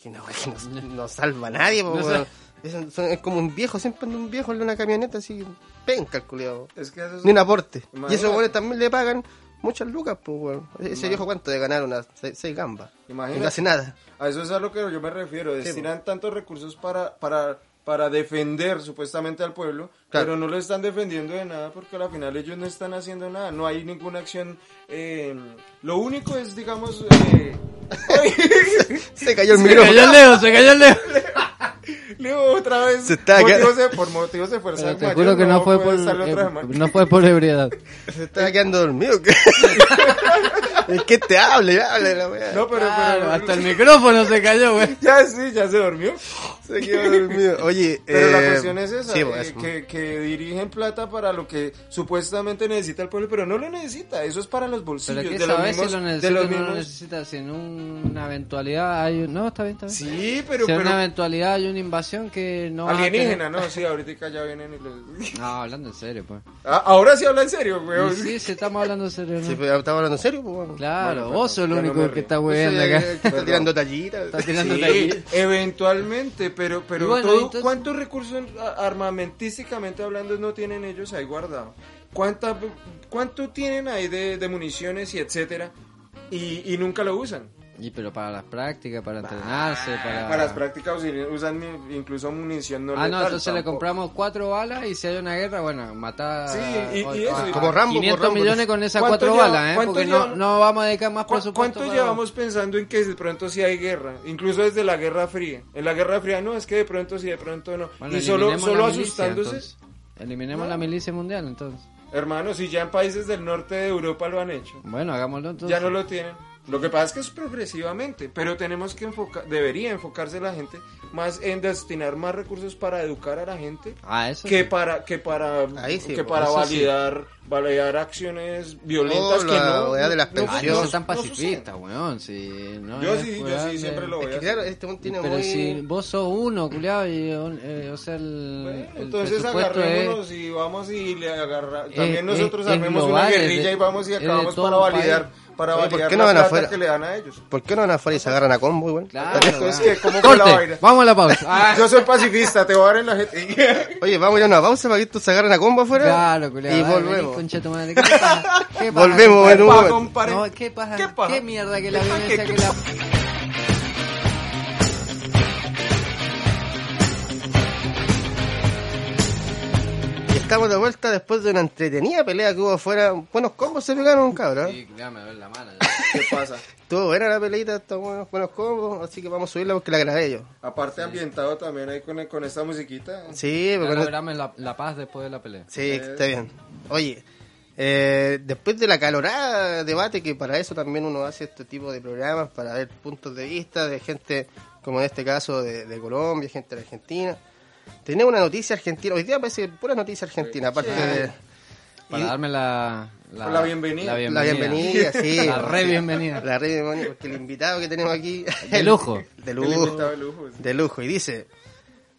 que no, que no, no salva a nadie, po, No sé. weón. Es, son- es como un viejo, siempre anda un viejo en una camioneta así, penca el culiao. Es que eso es- Ni un aporte. Y Imagínate. esos weones también le pagan muchas lucas, pues weón. Ese viejo cuánto de ganar unas seis, seis gambas. Y Imagínate. no hace nada. A eso es a lo que yo me refiero, destinan pues. tantos recursos para, para, para defender supuestamente al pueblo, Claro. pero no lo están defendiendo de nada porque al final ellos no están haciendo nada, no hay ninguna acción. eh, lo único es, digamos, eh, Se cayó el Se micrófono. cayó el dedo, se cayó el dedo. Leo, otra vez, Se está acá- motivos de- por motivos de fuerza Pero te mayor, juro que no fue puede por, estar la otra eh, semana. no fue por ebriedad. Se estaba quedando dormido. ¿qué? es que te hable, hable la weá. Ah, No, pero, pero- Claro, hasta el micrófono se cayó, güey. ya sí, ya se durmió. Se quedó dormido. Oye, Pero la eh, cuestión es esa, sí, eh, pues, que, que dirigen plata para lo que supuestamente necesita el pueblo, pero no lo necesita, eso es para los bolsillos Pero qué de los sabes si mismos, lo de necesitas los o no lo mismos- necesitas. Si en un- una eventualidad hay... un- No, está bien, está bien. Sí, pero, si en pero- una eventualidad hay una invasión que no... vas a tener- alienígena, no, sí, ahorita ya vienen y los- No, hablando en serio, pues. Ah, ahora sí habla en serio, weón. Y sí, si estamos hablando en serio, ¿no? Sí, pero estamos hablando en serio, pues, bueno. pues, Claro, Bueno, vos sos el perdón, ya no único me que río. está Yo soy hueveando el acá. que Está tirando tallitas. Está tirando Sí, tallitas. eventualmente, pero, pero Y bueno, todo- entonces- ¿cuántos recursos a- armamentísticamente hablando no tienen ellos ahí guardados? ¿Cuánto tienen ahí de, de municiones y etcétera? Y, y nunca lo usan. Y pero para las prácticas, para entrenarse, Ah, para... Para las prácticas auxiliares usan mi- incluso munición no Ah, no, letal entonces le tampoco. compramos cuatro balas y si hay una guerra, bueno, matar Sí, y- y a- eso, a- y- a Como Rambo, 500 como Rambo. millones con esas ¿Cuánto cuatro lleva- balas, ¿eh? cuánto Porque no, lleva- no vamos a dedicar más ¿Cu- presupuesto. ¿Cuánto para- llevamos pensando en que de pronto sí hay guerra? Incluso desde la Guerra Fría. En la Guerra Fría no, es que de pronto sí, de pronto no. Bueno, y solo, eliminemos solo la milicia, asustándose. entonces. Eliminemos No. la milicia mundial, entonces. Hermano, si ya en países del norte de Europa lo han hecho. Bueno, hagámoslo entonces. Ya no lo tienen. Lo que pasa es que es progresivamente, pero tenemos que enfocar, debería enfocarse la gente más en destinar más recursos para educar a la gente Ah, eso que sí. para que para Ahí sí, que pues, para eso sí. validar validar acciones violentas Oh, que la no weá de las no- no- Ah, pensiones. no Dios, seas tan no suceden. pacifista, weón. Si no Yo es sí, yo weón sí de- siempre lo voy a Es que hacer. claro, este mundo tiene Pero muy... si vos sos uno, culiado, y, eh, o sea, el, Bueno, el entonces presupuesto es... agarrémonos y vamos y le agarra también eh, nosotros eh, armemos una englobar, es guerrilla de- y vamos y es eh, de acabamos todo para un validar para Oye, ¿por validar qué no la van plata afuera? que le dan a ellos. ¿Por qué no van afuera y se agarran a combo igual? Claro, Entonces, weón. ¿qué? ¿Cómo fue la ¡Corte! vaina? Vamos a la pausa. Ah, Yo soy pacifista, te voy a dar en la gente. Oye, vamos a ir a una pausa para que estos se agarren a combo afuera. claro, culiado. Y dale, vení, volvemos. concha tu madre. ¿Qué pasa? ¿Qué pasa? Volvemos en un Pa, momento. compadre. No, ¿qué pasa? ¿Qué pasa? mierda que la ¿Qué pasa? violencia ¿Qué- que la... Y estamos de vuelta después de una entretenida pelea que hubo afuera. Buenos combos se pegaron, cabrón. Sí, culiao, me duele la mano. ¿Qué pasa? Estuvo buena la peleita, estos buenos, buenos combos. Así que vamos a subirla porque la grabé yo. Aparte ambientado también ahí con, con esta musiquita. Sí, Ya porque no- logramos la, la paz después de la pelea. Sí, está bien. Oye, eh, después de la calorada debate, que para eso también uno hace este tipo de programas, para ver puntos de vista de gente, como en este caso de, de Colombia, gente de Argentina. Tenemos una noticia argentina, hoy día parece pura noticia argentina, aparte Sí. de Para y- darme la... La, La bienvenida. la bienvenida, sí. La re bienvenida. La re bienvenida, porque el invitado que tenemos aquí... De lujo. De El lujo. invitado de lujo, sí. De lujo. Y dice,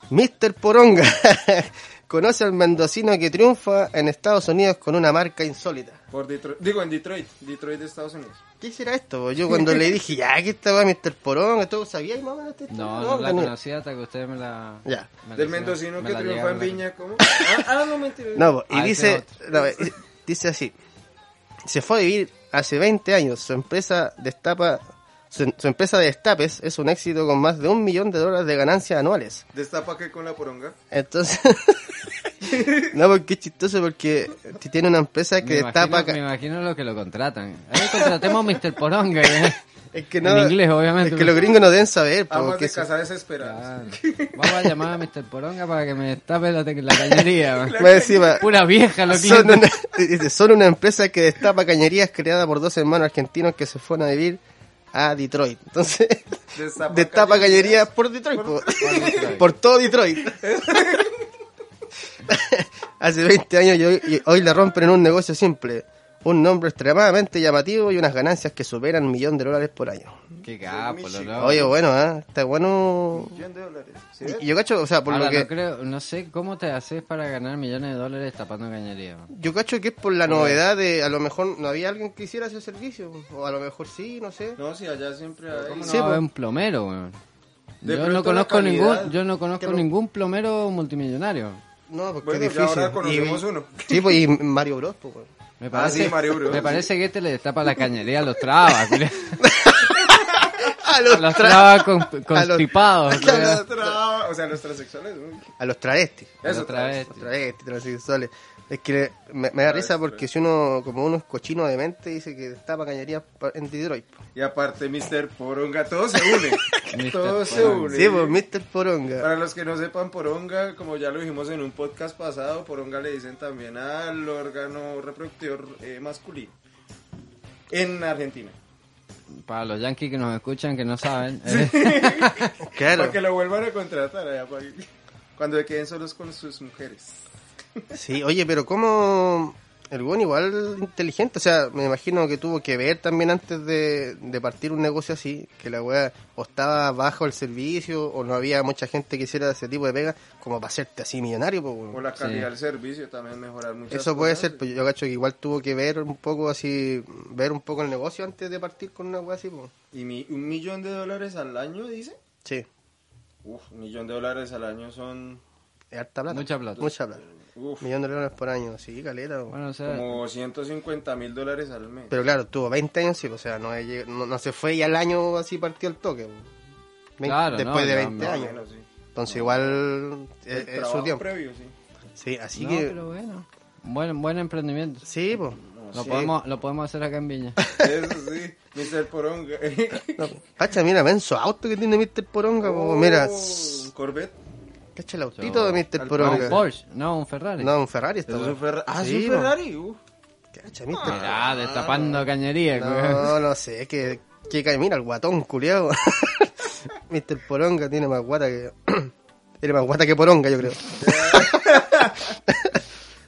Mr. Poronga conoce al mendocino que triunfa en Estados Unidos con una marca insólita. Por Detroit. Digo, en Detroit. Detroit de Estados Unidos. ¿Qué será esto? po? Yo cuando le dije, ya, que estaba Mr. Porón, ¿tú sabías más o menos esta historia? No, no la tenía. conocía hasta que ustedes me la... Ya. me la Del hicieron- mendocino me que la triunfa en llegaron a- Viña. ¿Cómo? Ah, ah, no, mentira. No, po, y Ah, ese dice, no, y- dice así, se fue a vivir hace 20 años, su empresa destapa, su, su empresa de destapes es un éxito con más de un millón de dólares de ganancias anuales. Destapa que con la poronga. Entonces, no, porque es chistoso, porque tiene una empresa que Me destapa... imagino, ca- me imagino lo que lo contratan. Ahí contratemos a Mr. Poronga. ¿eh? Es que en no, inglés, obviamente, Es que los pero- gringos no deben saber, po, Amas que de se- casa desesperadas. Claro. Vamos a llamar a Mr. Poronga para que me destape la, te- la cañería. man. Más encima, Pura vieja lo que Son una, dice, son una empresa que destapa cañerías creada por dos hermanos argentinos que se fueron a vivir a Detroit. Entonces, Destapa destapa cañerías cañerías por Detroit, po. por, Detroit. todo Detroit. Hace 20 años y hoy, y hoy la rompen en un negocio simple. Un nombre extremadamente llamativo y unas ganancias que superan un millón de dólares por año. Qué capo, lo loco. Oye, bueno, ¿ah? está bueno. Millón de dólares. ¿sí ves? Y- y Yo cacho, o sea, por Ahora, lo que. no, creo, no sé cómo te haces para ganar millones de dólares tapando cañería. man. Yo cacho que es por la novedad de a lo mejor no había alguien que hiciera ese servicio, o a lo mejor sí, no sé. No, si allá siempre hay. ¿Cómo no Sí, pues. va a po. haber un plomero, weón? De Yo pronto no la conozco calidad, ningún, yo no conozco que no- ningún plomero multimillonario. No, porque Bueno, es ya difícil. ahora conocemos Y- uno. Sí, pues y Mario Bros, pues. weón. Me Ah, parece, sí, Mario Bros. me parece que este le destapa la cañería a los trabas, culiao. A a los trabas con, constipados. A culiao. los tra- O sea, los transexuales. ¿no? a los travestis. Eso Otra tra- vez. Los travestis, este transexuales. Es que me, me da risa porque si uno, como uno es cochino de mente, dice que destapa cañería pa- en Detroit. po. Y aparte, Mr. Poronga, todo se une. todo Mr. se Poronga. une. Sí, pues Mr. Poronga. Para los que no sepan, poronga, como ya lo dijimos en un podcast pasado, poronga le dicen también al órgano reproductor eh, masculino en Argentina. para los yankees que nos escuchan, que no saben, eh, Claro. Para que lo vuelvan a contratar allá, para que- cuando queden solos con sus mujeres. Sí, oye, pero como el buen igual inteligente, o sea, me imagino que tuvo que ver también antes de, de partir un negocio así, que la weá o estaba bajo el servicio o no había mucha gente que hiciera ese tipo de pega como para hacerte así millonario. po, weón. O la calidad Sí. del servicio también mejorar mucho. Eso puede ser, pues. pero yo cacho que igual tuvo que ver un poco así, ver un poco el negocio antes de partir con una weá así. pues. po. ¿Y mi- un millón de dólares al año, dice? Sí, Uf, un millón de dólares al año son es harta plata. Mucha plata. Mucha plata. uf, Millón de dólares por año, sí, caleta. po. bueno, o sea, como 150 mil dólares al mes. Pero claro, tuvo 20 años, sí, pues, o sea, no, es lleg- no, no se fue y al año así partió el toque. po. Vein- Claro, después no, de ya, 20 Más o años. menos, sí. Entonces igual eh, El eh, es su trabajo tiempo. previo, sí. Sí, así no, que... pero bueno, buen, buen emprendimiento. Sí, pues. Lo, podemos, lo podemos hacer acá en Viña. Eso sí, Mr. Poronga. Cacha, mira, ven su auto que tiene Mr. Poronga. po. Mira, Oh, sss, un Corvette. cacha el autito de Mr. Al- No, Poronga. un Porsche, no, un Ferrari. No, un Ferrari está. Eso es un Ferra- Ah, es Sí, un po. Ferrari. uf. Cacha, Mr. Mirá, destapando cañería. güey. No, no sé, que, que cae, mira, el guatón culiado. Mr. Poronga tiene más guata que... tiene más guata que Poronga, yo creo.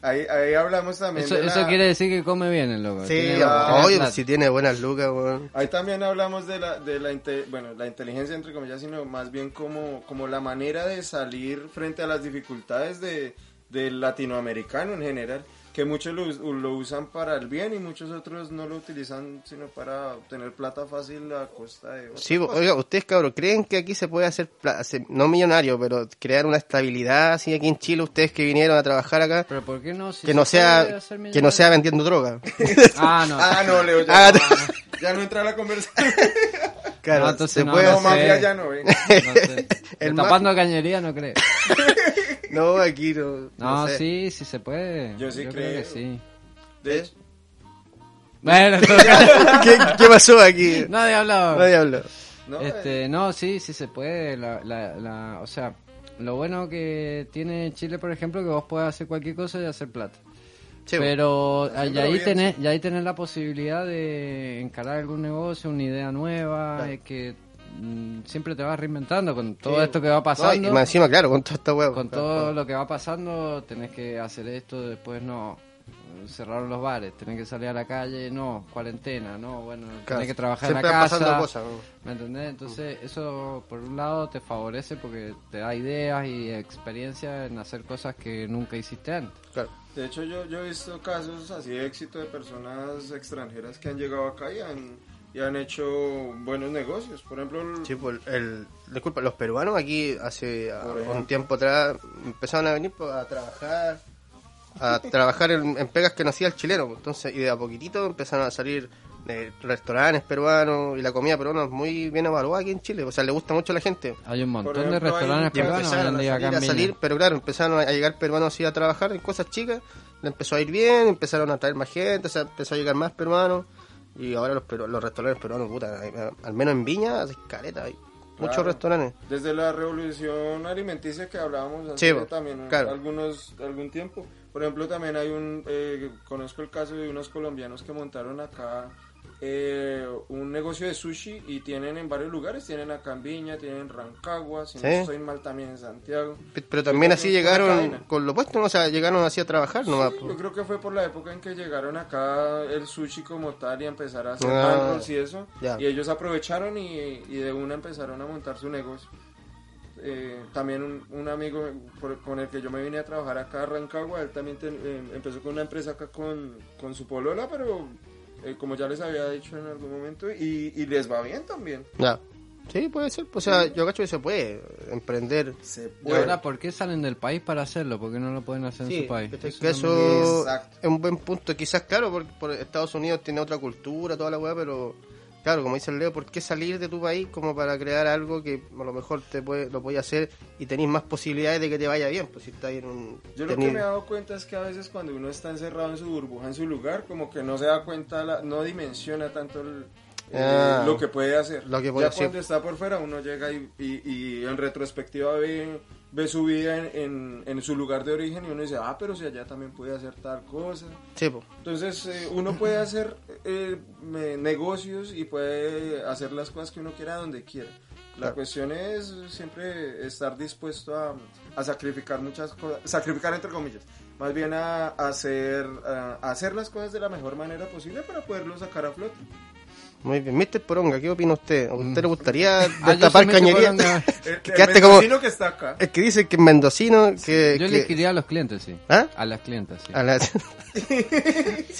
Ahí, ahí hablamos también. Eso, de la- eso quiere decir que come bien el loco. Sí, tiene buena oye, plata. si tiene buenas lucas, weón. Ahí también hablamos de la, de la, inte- bueno, la inteligencia, entre comillas, sino más bien como, como la manera de salir frente a las dificultades de, del latinoamericano en general, que muchos lo, us- lo usan para el bien y muchos otros no lo utilizan sino para obtener plata fácil a costa de... otras Sí, bo- cosas. oiga, ustedes cabros, ¿creen que aquí se puede hacer, pla- hacer- no millonario, pero crear una estabilidad así aquí en Chile, ustedes que vinieron a trabajar acá, Pero ¿por qué no? Si que se no puede sea que hacer no millonario. sea vendiendo droga? Ah, no. Ah, no, Leo, ya, Ah, no, ya no entra a la conversación. Claro, No, entonces se no, puede no No, hacer- mafia ya no, eh. no sé. El Tapando cañería no creo. no, aquí no. No, sé. sí, sí se puede. Yo sí creo. que sí. De hecho, Bueno, entonces, ¿Qué, qué pasó aquí? nadie ha hablado. Nadie habló. no, eh, Este, no, sí, sí se puede. La, la, la- o sea, lo bueno que tiene Chile, por ejemplo, que vos puedes hacer cualquier cosa y hacer plata. Sí, bo. pero ah, y Haciéndolo ahí, bien, tenés, y ahí tenés la posibilidad de encarar algún negocio, una idea nueva, Claro. es que mm, siempre te vas reinventando con todo Sí, esto que va No, y pasando. más encima, claro, con toda esta huevo. con todo lo que va pasando, tenés que hacer esto, después no. Cerraron los bares, tenés que salir a la calle, no, cuarentena, no, bueno, tenés que trabajar Siempre en la van casa. pasando cosas. ¿no? ¿Me entendés? Entonces, eso por un lado te favorece porque te da ideas y experiencia en hacer cosas que nunca hiciste antes. Claro. De hecho, yo, yo he visto casos así de éxito de personas extranjeras que han llegado acá y han, y han hecho buenos negocios. Por ejemplo, el- Sí, pues, el, disculpa, los peruanos aquí hace ah, Por ejemplo. un tiempo atrás empezaron a venir pues, a trabajar a trabajar en, en pegas que no hacía el chileno. pues. Entonces, y de a poquitito empezaron a salir eh, restaurantes peruanos y la comida peruana es muy bien evaluada aquí en Chile. O sea, le gusta mucho a la gente. Hay un montón de ejemplo, hay Y restaurantes muchos peruanos hoy empezaron en a salir, día acá en a salir, Viña. pero claro, empezaron a llegar peruanos así a trabajar en cosas chicas. Le empezó a ir bien, empezaron a traer más gente, o sea, empezó a llegar más peruanos. Y ahora los, peru- los restaurantes peruanos, puta, hay- al menos en Viña, hay caleta, hay muchos Claro. restaurantes. desde la revolución alimenticia que hablábamos hace Sí, bo- también claro. algunos, algún tiempo. Por ejemplo, también hay un, eh, conozco el caso de unos colombianos que montaron acá eh, un negocio de sushi y tienen en varios lugares, tienen acá en Viña, tienen en Rancagua, si no Sí. estoy mal también en Santiago. Pe- Pero también así Con la llegaron cadena. con lo puesto, ¿no? o sea, llegaron así a trabajar nomás. Sí, po. yo creo que fue por la época en que llegaron acá el sushi como tal y empezar a hacer Ah, hand rolls y eso. ya. Y ellos aprovecharon y, y de una empezaron a montar su negocio. Eh, también un, un amigo por- con el que yo me vine a trabajar acá a Rancagua, él también ten- eh, empezó con una empresa acá con, con su polola, pero eh, como ya les había dicho en algún momento, y, y les va bien también. Ya. Sí, puede ser. pues, o sea, yo cacho que se puede emprender. Se Y ahora, ¿por qué salen del país para hacerlo? ¿Por qué no lo pueden hacer en Sí, su país? que no me- eso Exacto. es un buen punto. Quizás, claro, porque por Estados Unidos tiene otra cultura, toda la weá, pero claro, como dice el Leo, ¿por qué salir de tu país como para crear algo que a lo mejor te puede, lo podías hacer y tenés más posibilidades de que te vaya bien? Pues si estás en un. Yo lo que tenés- me he dado cuenta es que a veces cuando uno está encerrado en su burbuja, en su lugar, como que no se da cuenta, la- no dimensiona tanto el- eh, Ah, lo que puede hacer. lo que puede ya hacer. cuando está por fuera uno llega y, y- y en retrospectiva ve, ve su vida en, en- en su lugar de origen y uno dice, ah, pero si allá también puede hacer tal cosa. Sí, pues. po. Entonces eh, uno puede hacer eh, me- negocios y puede hacer las cosas que uno quiera donde quiera. La Claro. cuestión es siempre estar dispuesto a, a sacrificar muchas cosas, sacrificar entre comillas, más bien a, hacer, a hacer las cosas de la mejor manera posible para poderlo sacar a flote. Muy bien. Mister Poronga, ¿qué opina usted? ¿A usted le gustaría Ah, yo destapar soy cañería? Metroporonga. El, Eh, el Quedaste como- mendocino que está acá. Es que dice que es mendocino, que... Yo eh, que- le quería a los clientes, sí. ¿Ah? A las clientes, sí. A la- sí,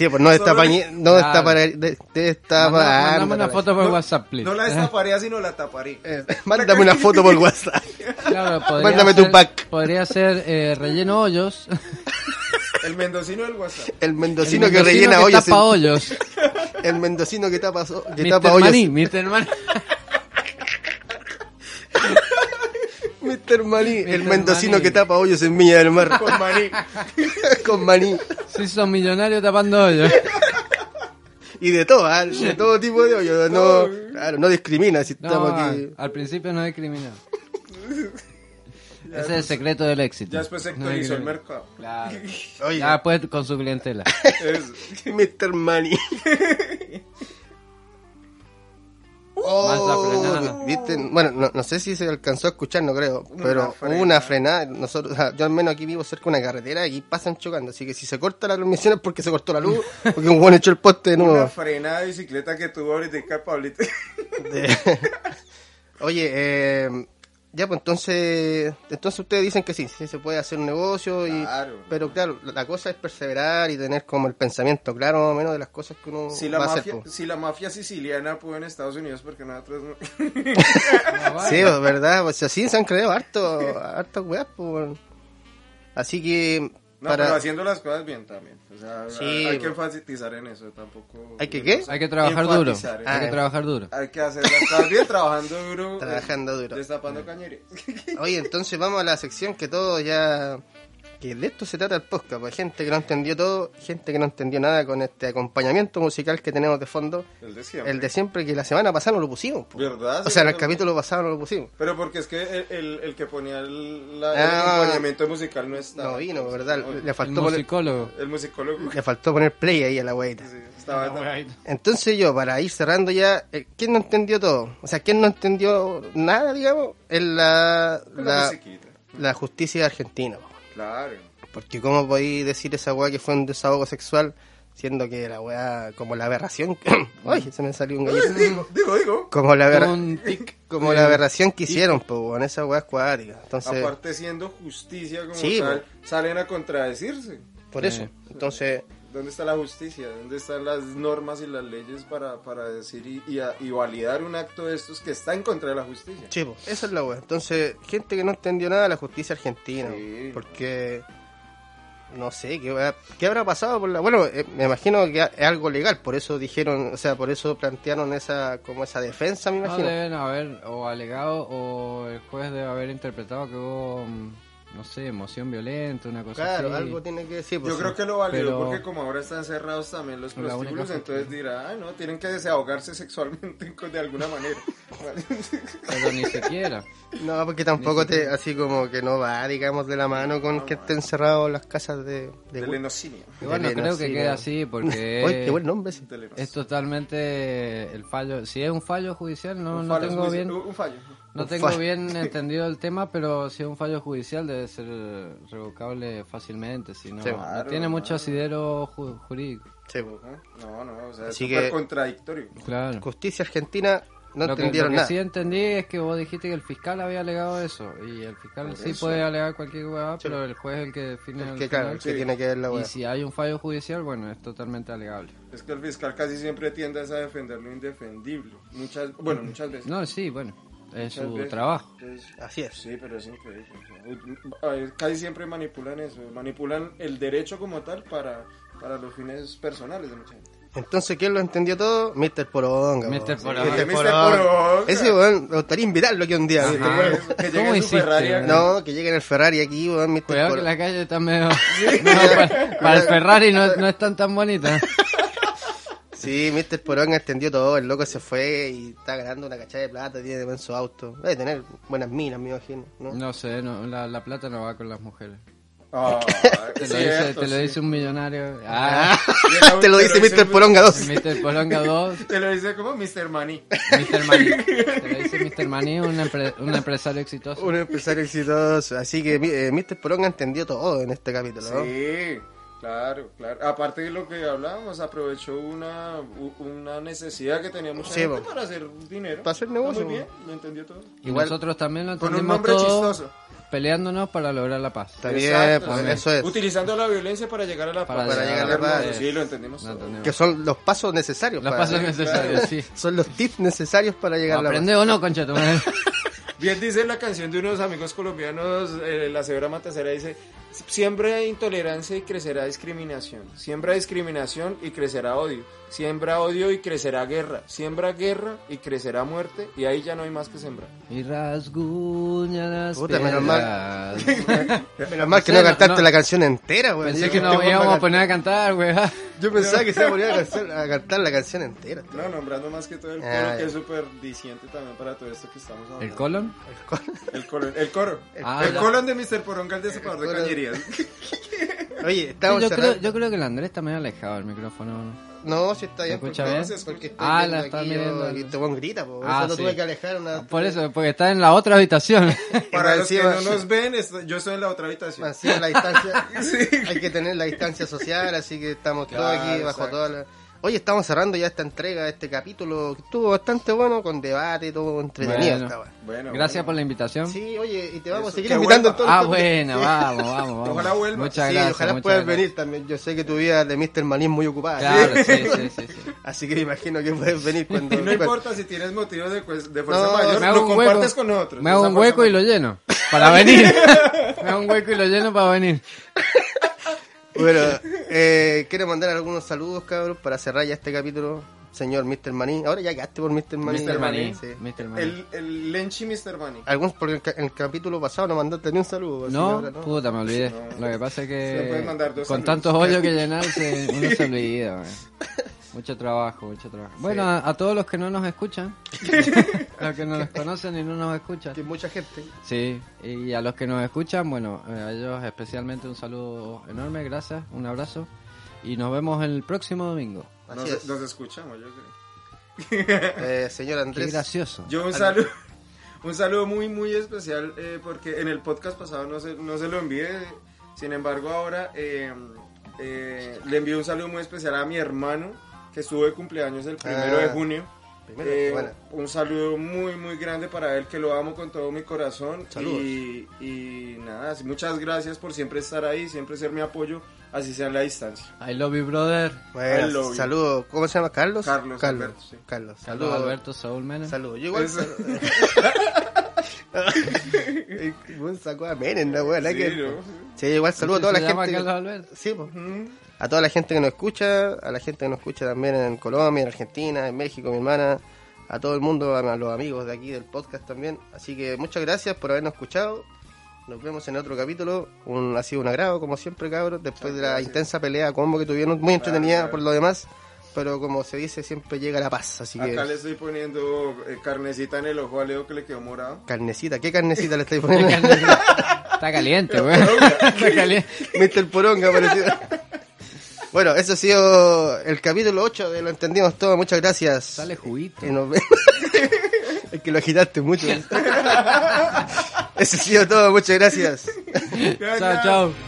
pues no destapa... ñe- No Claro. destapa... de- destapa- Manda- ah, mandame no una destapa- foto por No- WhatsApp, please. No la destaparía, sino la taparé. Eh, Mándame una foto por WhatsApp. Claro, podría Mándame tu ser- pack. Podría ser eh, relleno hoyos. El mendocino del WhatsApp. El El mendocino que mendocino rellena que hoyos. Tapa hoyos. El mendocino que tapa, so- que Mr. tapa hoyos. Maní, Mr. Maní. Mr. Maní. El Mr. mendocino Maní. que tapa hoyos en Viña del Mar. Con maní. con maní. Se hizo millonario tapando hoyos. Y de todo, ¿ah? de todo tipo de hoyos. No, claro, no discrimina si No, estamos aquí. al, al principio no discriminó. Ese es el secreto del éxito. Ya después se No actualizó el discriminó. mercado. Claro. Oye, Ya después con su clientela. Es- Mr. Money. Más la Oh, frenada. ¿viste? Bueno, no, no sé si se alcanzó a escuchar, no creo, pero frenada. hubo una frenada. Nosotros, ah, yo al menos aquí vivo cerca de una carretera y pasan chocando, así que si se corta la transmisión es porque se cortó la luz, porque un buen echó el poste de Una nuevo. frenada de bicicleta que tuvo ahorita Pablito. De- Oye, eh, ya pues entonces, entonces ustedes dicen que sí, sí se puede hacer un negocio, y, Claro. pero claro, la- la cosa es perseverar y tener como el pensamiento claro más o menos de las cosas que uno Si la, va a mafia, hacer. pues. si la mafia siciliana pudo en Estados Unidos, porque nosotros no. Ah, vale. Sí, pues, verdad, pues así se han creado harto, harto weas, pues. weón. Así que No, para- pero haciendo las cosas bien también. O sea, Sí, hay que bueno. enfatizar en eso tampoco. ¿Hay que qué? Hay que trabajar duro. Enfatizar, ¿eh? Ah, Hay que trabajar duro. Hay que hacer las cosas bien, trabajando duro. eh, Trabajando duro. Ah. Destapando cañería. Oye, entonces vamos a la sección que todo ya. Que de esto se trata el podcast, pues gente que no entendió todo, gente que no entendió nada con este acompañamiento musical que tenemos de fondo. El de siempre. El de siempre que la semana pasada no lo pusimos. po. ¿Verdad? O sea, en el capítulo pasado no lo pusimos. Pero porque es que el, el, el que ponía el, la- Ah. el acompañamiento musical no estaba. No vino, ¿verdad? Le El faltó, poner, musicólogo. El musicólogo. le faltó poner play ahí a la weita. Sí, estaba Entonces yo, para ir cerrando ya, eh, ¿quién no entendió todo? O sea, ¿quién no entendió nada, digamos? Es la, la la, musiquita. la justicia argentina. po. Claro. Porque cómo podéis decir esa weá que fue un desahogo sexual, siendo que la weá, como la aberración... ¡Ay! Se me salió un gallito. Digo, digo, digo. Como la, aberra- Un tic. como la aberración que hicieron, pues, en esa weá es cuadriga. Entonces... Aparte siendo justicia como Sí, tal, bueno. salen a contradecirse. Por eso. Entonces, ¿Dónde está la justicia? ¿Dónde están las normas y las leyes para, para decir y, y a- y validar un acto de estos que está en contra de la justicia? chivo, esa es la wea. Entonces, gente que no entendió nada de la justicia argentina. Sí. Porque. No sé, ¿qué, va- qué habrá pasado por la.? Bueno, eh, me imagino que a- es algo legal, por eso dijeron, o sea, por eso plantearon esa como esa defensa, me No imagino. deben haber o alegado o el juez debe haber interpretado que hubo, mm, no sé, emoción violenta, una cosa claro, así. algo tiene que decir. pues, Yo sí. creo que lo validó Pero- porque como ahora están cerrados también los La única prostíbulos, forma. entonces dirá, ah, no, tienen que desahogarse sexualmente con- de alguna manera. Pero ni siquiera. No, porque tampoco te. Así como que no va, digamos, de la mano con que estén cerrados las casas de. de Telenocinio. Y bueno, Elena, creo que sí, quede no. así porque Oye, qué buen nombre ese. es totalmente el fallo. Si es un fallo judicial, no, Un no fallo, tengo un- bien. Un fallo. No Un tengo fallo. bien entendido el tema, pero si es un fallo judicial debe ser revocable fácilmente, si no, Sí. no Claro, tiene mucho claro. asidero ju- jurídico. Sí, pues. Ajá. ¿Ah? No, no, o sea, es Así súper que- contradictorio. Claro. Justicia argentina no lo que, entendieron lo que nada. sí entendí es que vos dijiste que el fiscal había alegado eso, y el fiscal Por sí eso. puede alegar cualquier huevada, pero el juez es el que define El al que, claro, final. el que Sí. tiene que ver la Y wea. si hay un fallo judicial, bueno, es totalmente alegable. Es que el fiscal casi siempre tiende es a defender lo indefendible. Muchas, bueno, muchas veces. No, sí, bueno, es Muchas su veces. trabajo. Entonces, Así es. sí, pero es increíble. o sea, eh, casi siempre manipulan eso. Manipulan el derecho como tal para, para los fines personales de mucha gente. Entonces, ¿quién lo entendió todo? Mr. Poronga. Mr. weón. Este Poronga. Mr. Poronga. Ese weón, me gustaría invitarlo aquí un día. Sí, Mr. Ajá. Poronga. que llegue ¿Cómo en su hiciste? Ferrari acá. No, que llegue en el Ferrari aquí, weón, Mr. Cuidado que Poronga. la calle está medio... No, para, para el Ferrari no, no están tan bonitas. Sí, Mr. Poronga entendió todo, el loco se fue y está ganando una cachada de plata, tiene también su auto. Debe tener buenas minas, me imagino, ¿no? No sé, no, la, la plata no va con las mujeres. Ah, Te es lo, dice, cierto, te lo sí. dice un millonario. Ah, Llega un- Te Este lo dice Mr. Poronga 2. Mr. Polonga 2, Te lo dice como Mr. Money. Mr. Maní. Te lo dice Mr. Maní, un, empre- un empresario exitoso. Un empresario exitoso. Así que eh, Mr. Poronga entendió todo en este capítulo, ¿no? Sí, claro, claro. Aparte de lo que hablábamos, aprovechó una, u- una necesidad que tenía mucha Sí, gente po. para hacer dinero. Para hacer Está negocio, Muy bien, po. lo entendió todo. Y Igual- nosotros también lo Con un entendimos nombre todo chistoso. peleándonos para lograr la paz. Está bien, Exacto, pues sí. eso es. Utilizando la violencia para llegar a la Para paz. llegar a la paz. Hermoso, Sí, lo entendimos. No todo. entendemos. Que son los pasos necesarios. Los para- pasos necesarios, sí. Son los tips necesarios para llegar a la Aprende o no, concha tu madre. Bien dice la canción de unos amigos colombianos, eh, la señora Matacera dice, siembra intolerancia y crecerá discriminación, siembra discriminación y crecerá odio, siembra odio y crecerá guerra, siembra guerra y crecerá muerte y ahí ya no hay más que sembrar. Y rasguña las Puta, menos mal. piedras. paz. Menos mal que no No sé, no- cantaste no. la canción entera, weón. Pensé Yo que nos este weón íbamos va a poner a cantar, weá. cantar- Yo pensaba que se iba a poner a, cantar- a cantar la canción entera. No, nombrando más que todo el Ah, coro, ya. que es súper diciente también para todo esto que estamos hablando. ¿El colon? El coro. El coro. Ah, el ya. colon de Mr. Poronga, el desopador de coro. cañerías. Oye, Sí, estamos yo, creo, cerrando- yo creo que el Andrés está medio alejado del micrófono. ¿no? No, si está bien. escucha porque- bien? se escucha. Porque estoy Ah, viendo la está aquí, mirando. yo- aquí Este weón grita, po. Ah, eso lo sí. tuve que alejar una... Por eso, porque está en la otra habitación. Para Más los que encima- no nos ven, esto- yo estoy en la otra habitación. Así la distancia. Hay que tener la distancia social, así que estamos todos Claro, aquí bajo exacto. toda la... Oye, estamos cerrando ya esta entrega, este capítulo que estuvo bastante bueno, con debate, todo entretenido. Bueno. estaba. Bueno, Gracias bueno. por la invitación. Sí, oye, y te vamos a Eso, seguir que invitando en vuelva. todo el ah, capítulo. bueno, vamos, vamos, vamos. Ojalá vuelva. Muchas Sí, gracias. ojalá muchas puedas gracias. venir también. Yo sé que tu vida de Mr. Maní es muy ocupada. Claro, sí, sí, sí. sí. Así que me imagino que puedes venir cuando... Y no cuando- importa si tienes motivos de, pues- de fuerza No, mayor, Me hago lo un hueco, compartes con otros. me hago Esa un fuerza hueco y lo lleno. Para venir. me hago un hueco y lo lleno para venir. Bueno, eh, quiero mandar algunos saludos, cabros, para cerrar ya este capítulo. Señor Mr. Maní. Ahora ya quedaste por Mr. Maní. Mr. Maní. Sí. Mr. Maní. El, el Lenchi Mr. Bunny. Algunos, porque en ca- en el capítulo pasado no mandaste ni un saludo. así que No, ahora no. puta, me olvidé. Lo que pasa es Se le que pueden mandar dos con saludos. tantos hoyos que llenarse, uno se olvida. man. Mucho trabajo, mucho trabajo. Bueno, a, a todos los que no nos escuchan, los que no nos conocen y no nos escuchan. Que mucha gente. Sí, y a los que nos escuchan, bueno, eh, a ellos especialmente un saludo enorme, gracias, un abrazo. Y nos vemos el próximo domingo. Así Nos, es. nos escuchamos, yo creo. Eh, señor Qué Andrés. gracioso. Yo un saludo, un saludo muy, muy especial eh, porque en el podcast pasado no se, no se lo envié. Sin embargo, ahora eh, eh, le envío un saludo muy especial a mi hermano que estuvo de cumpleaños el primero Ah, de junio. primero, Eh, bueno. un saludo muy, muy grande para él, que lo amo con todo mi corazón. Saludos. Y, y nada, así, muchas gracias por siempre estar ahí, siempre ser mi apoyo, así sea en la distancia. I love you, brother. Bueno, I love you. saludos. ¿Cómo se llama? ¿Carlos? Carlos, Carlos. Alberto, sí. Carlos. Saludos, Saludos. Alberto, Saúl Mena. Saludos. Yo igual. Eso. saludo. Eh, Un saco a Menem, la wea, la Sí, que- ¿no? Sí, igual saludo a ¿Sí toda se la llama gente. que- Carlos Alberto? Sí, po. Mm, a toda la gente que nos escucha, a la gente que nos escucha también en Colombia, en Argentina, en México, mi hermana, a todo el mundo, a los amigos de aquí del podcast también. Así que muchas gracias por habernos escuchado. Nos vemos en otro capítulo. Un, ha sido un agrado, como siempre, cabros. Después de la intensa pelea combo que tuvieron, muy entretenida claro. por lo demás. Pero como se dice, siempre llega la paz. Así que, Acá le estoy poniendo eh, carnecita en el ojo a Leo que le quedó morado. carnecita, ¿qué carnecita le estáis Qué poniendo? caliente. Está caliente, weón. Está caliente. Mr. Poronga apareció. Bueno, eso ha sido el capítulo 8 de Lo Entendimos Todo. Muchas gracias. Sale juguito. Y nos vemos. es que lo agitaste mucho. Eso ha sido todo. Muchas gracias. Chao, chao.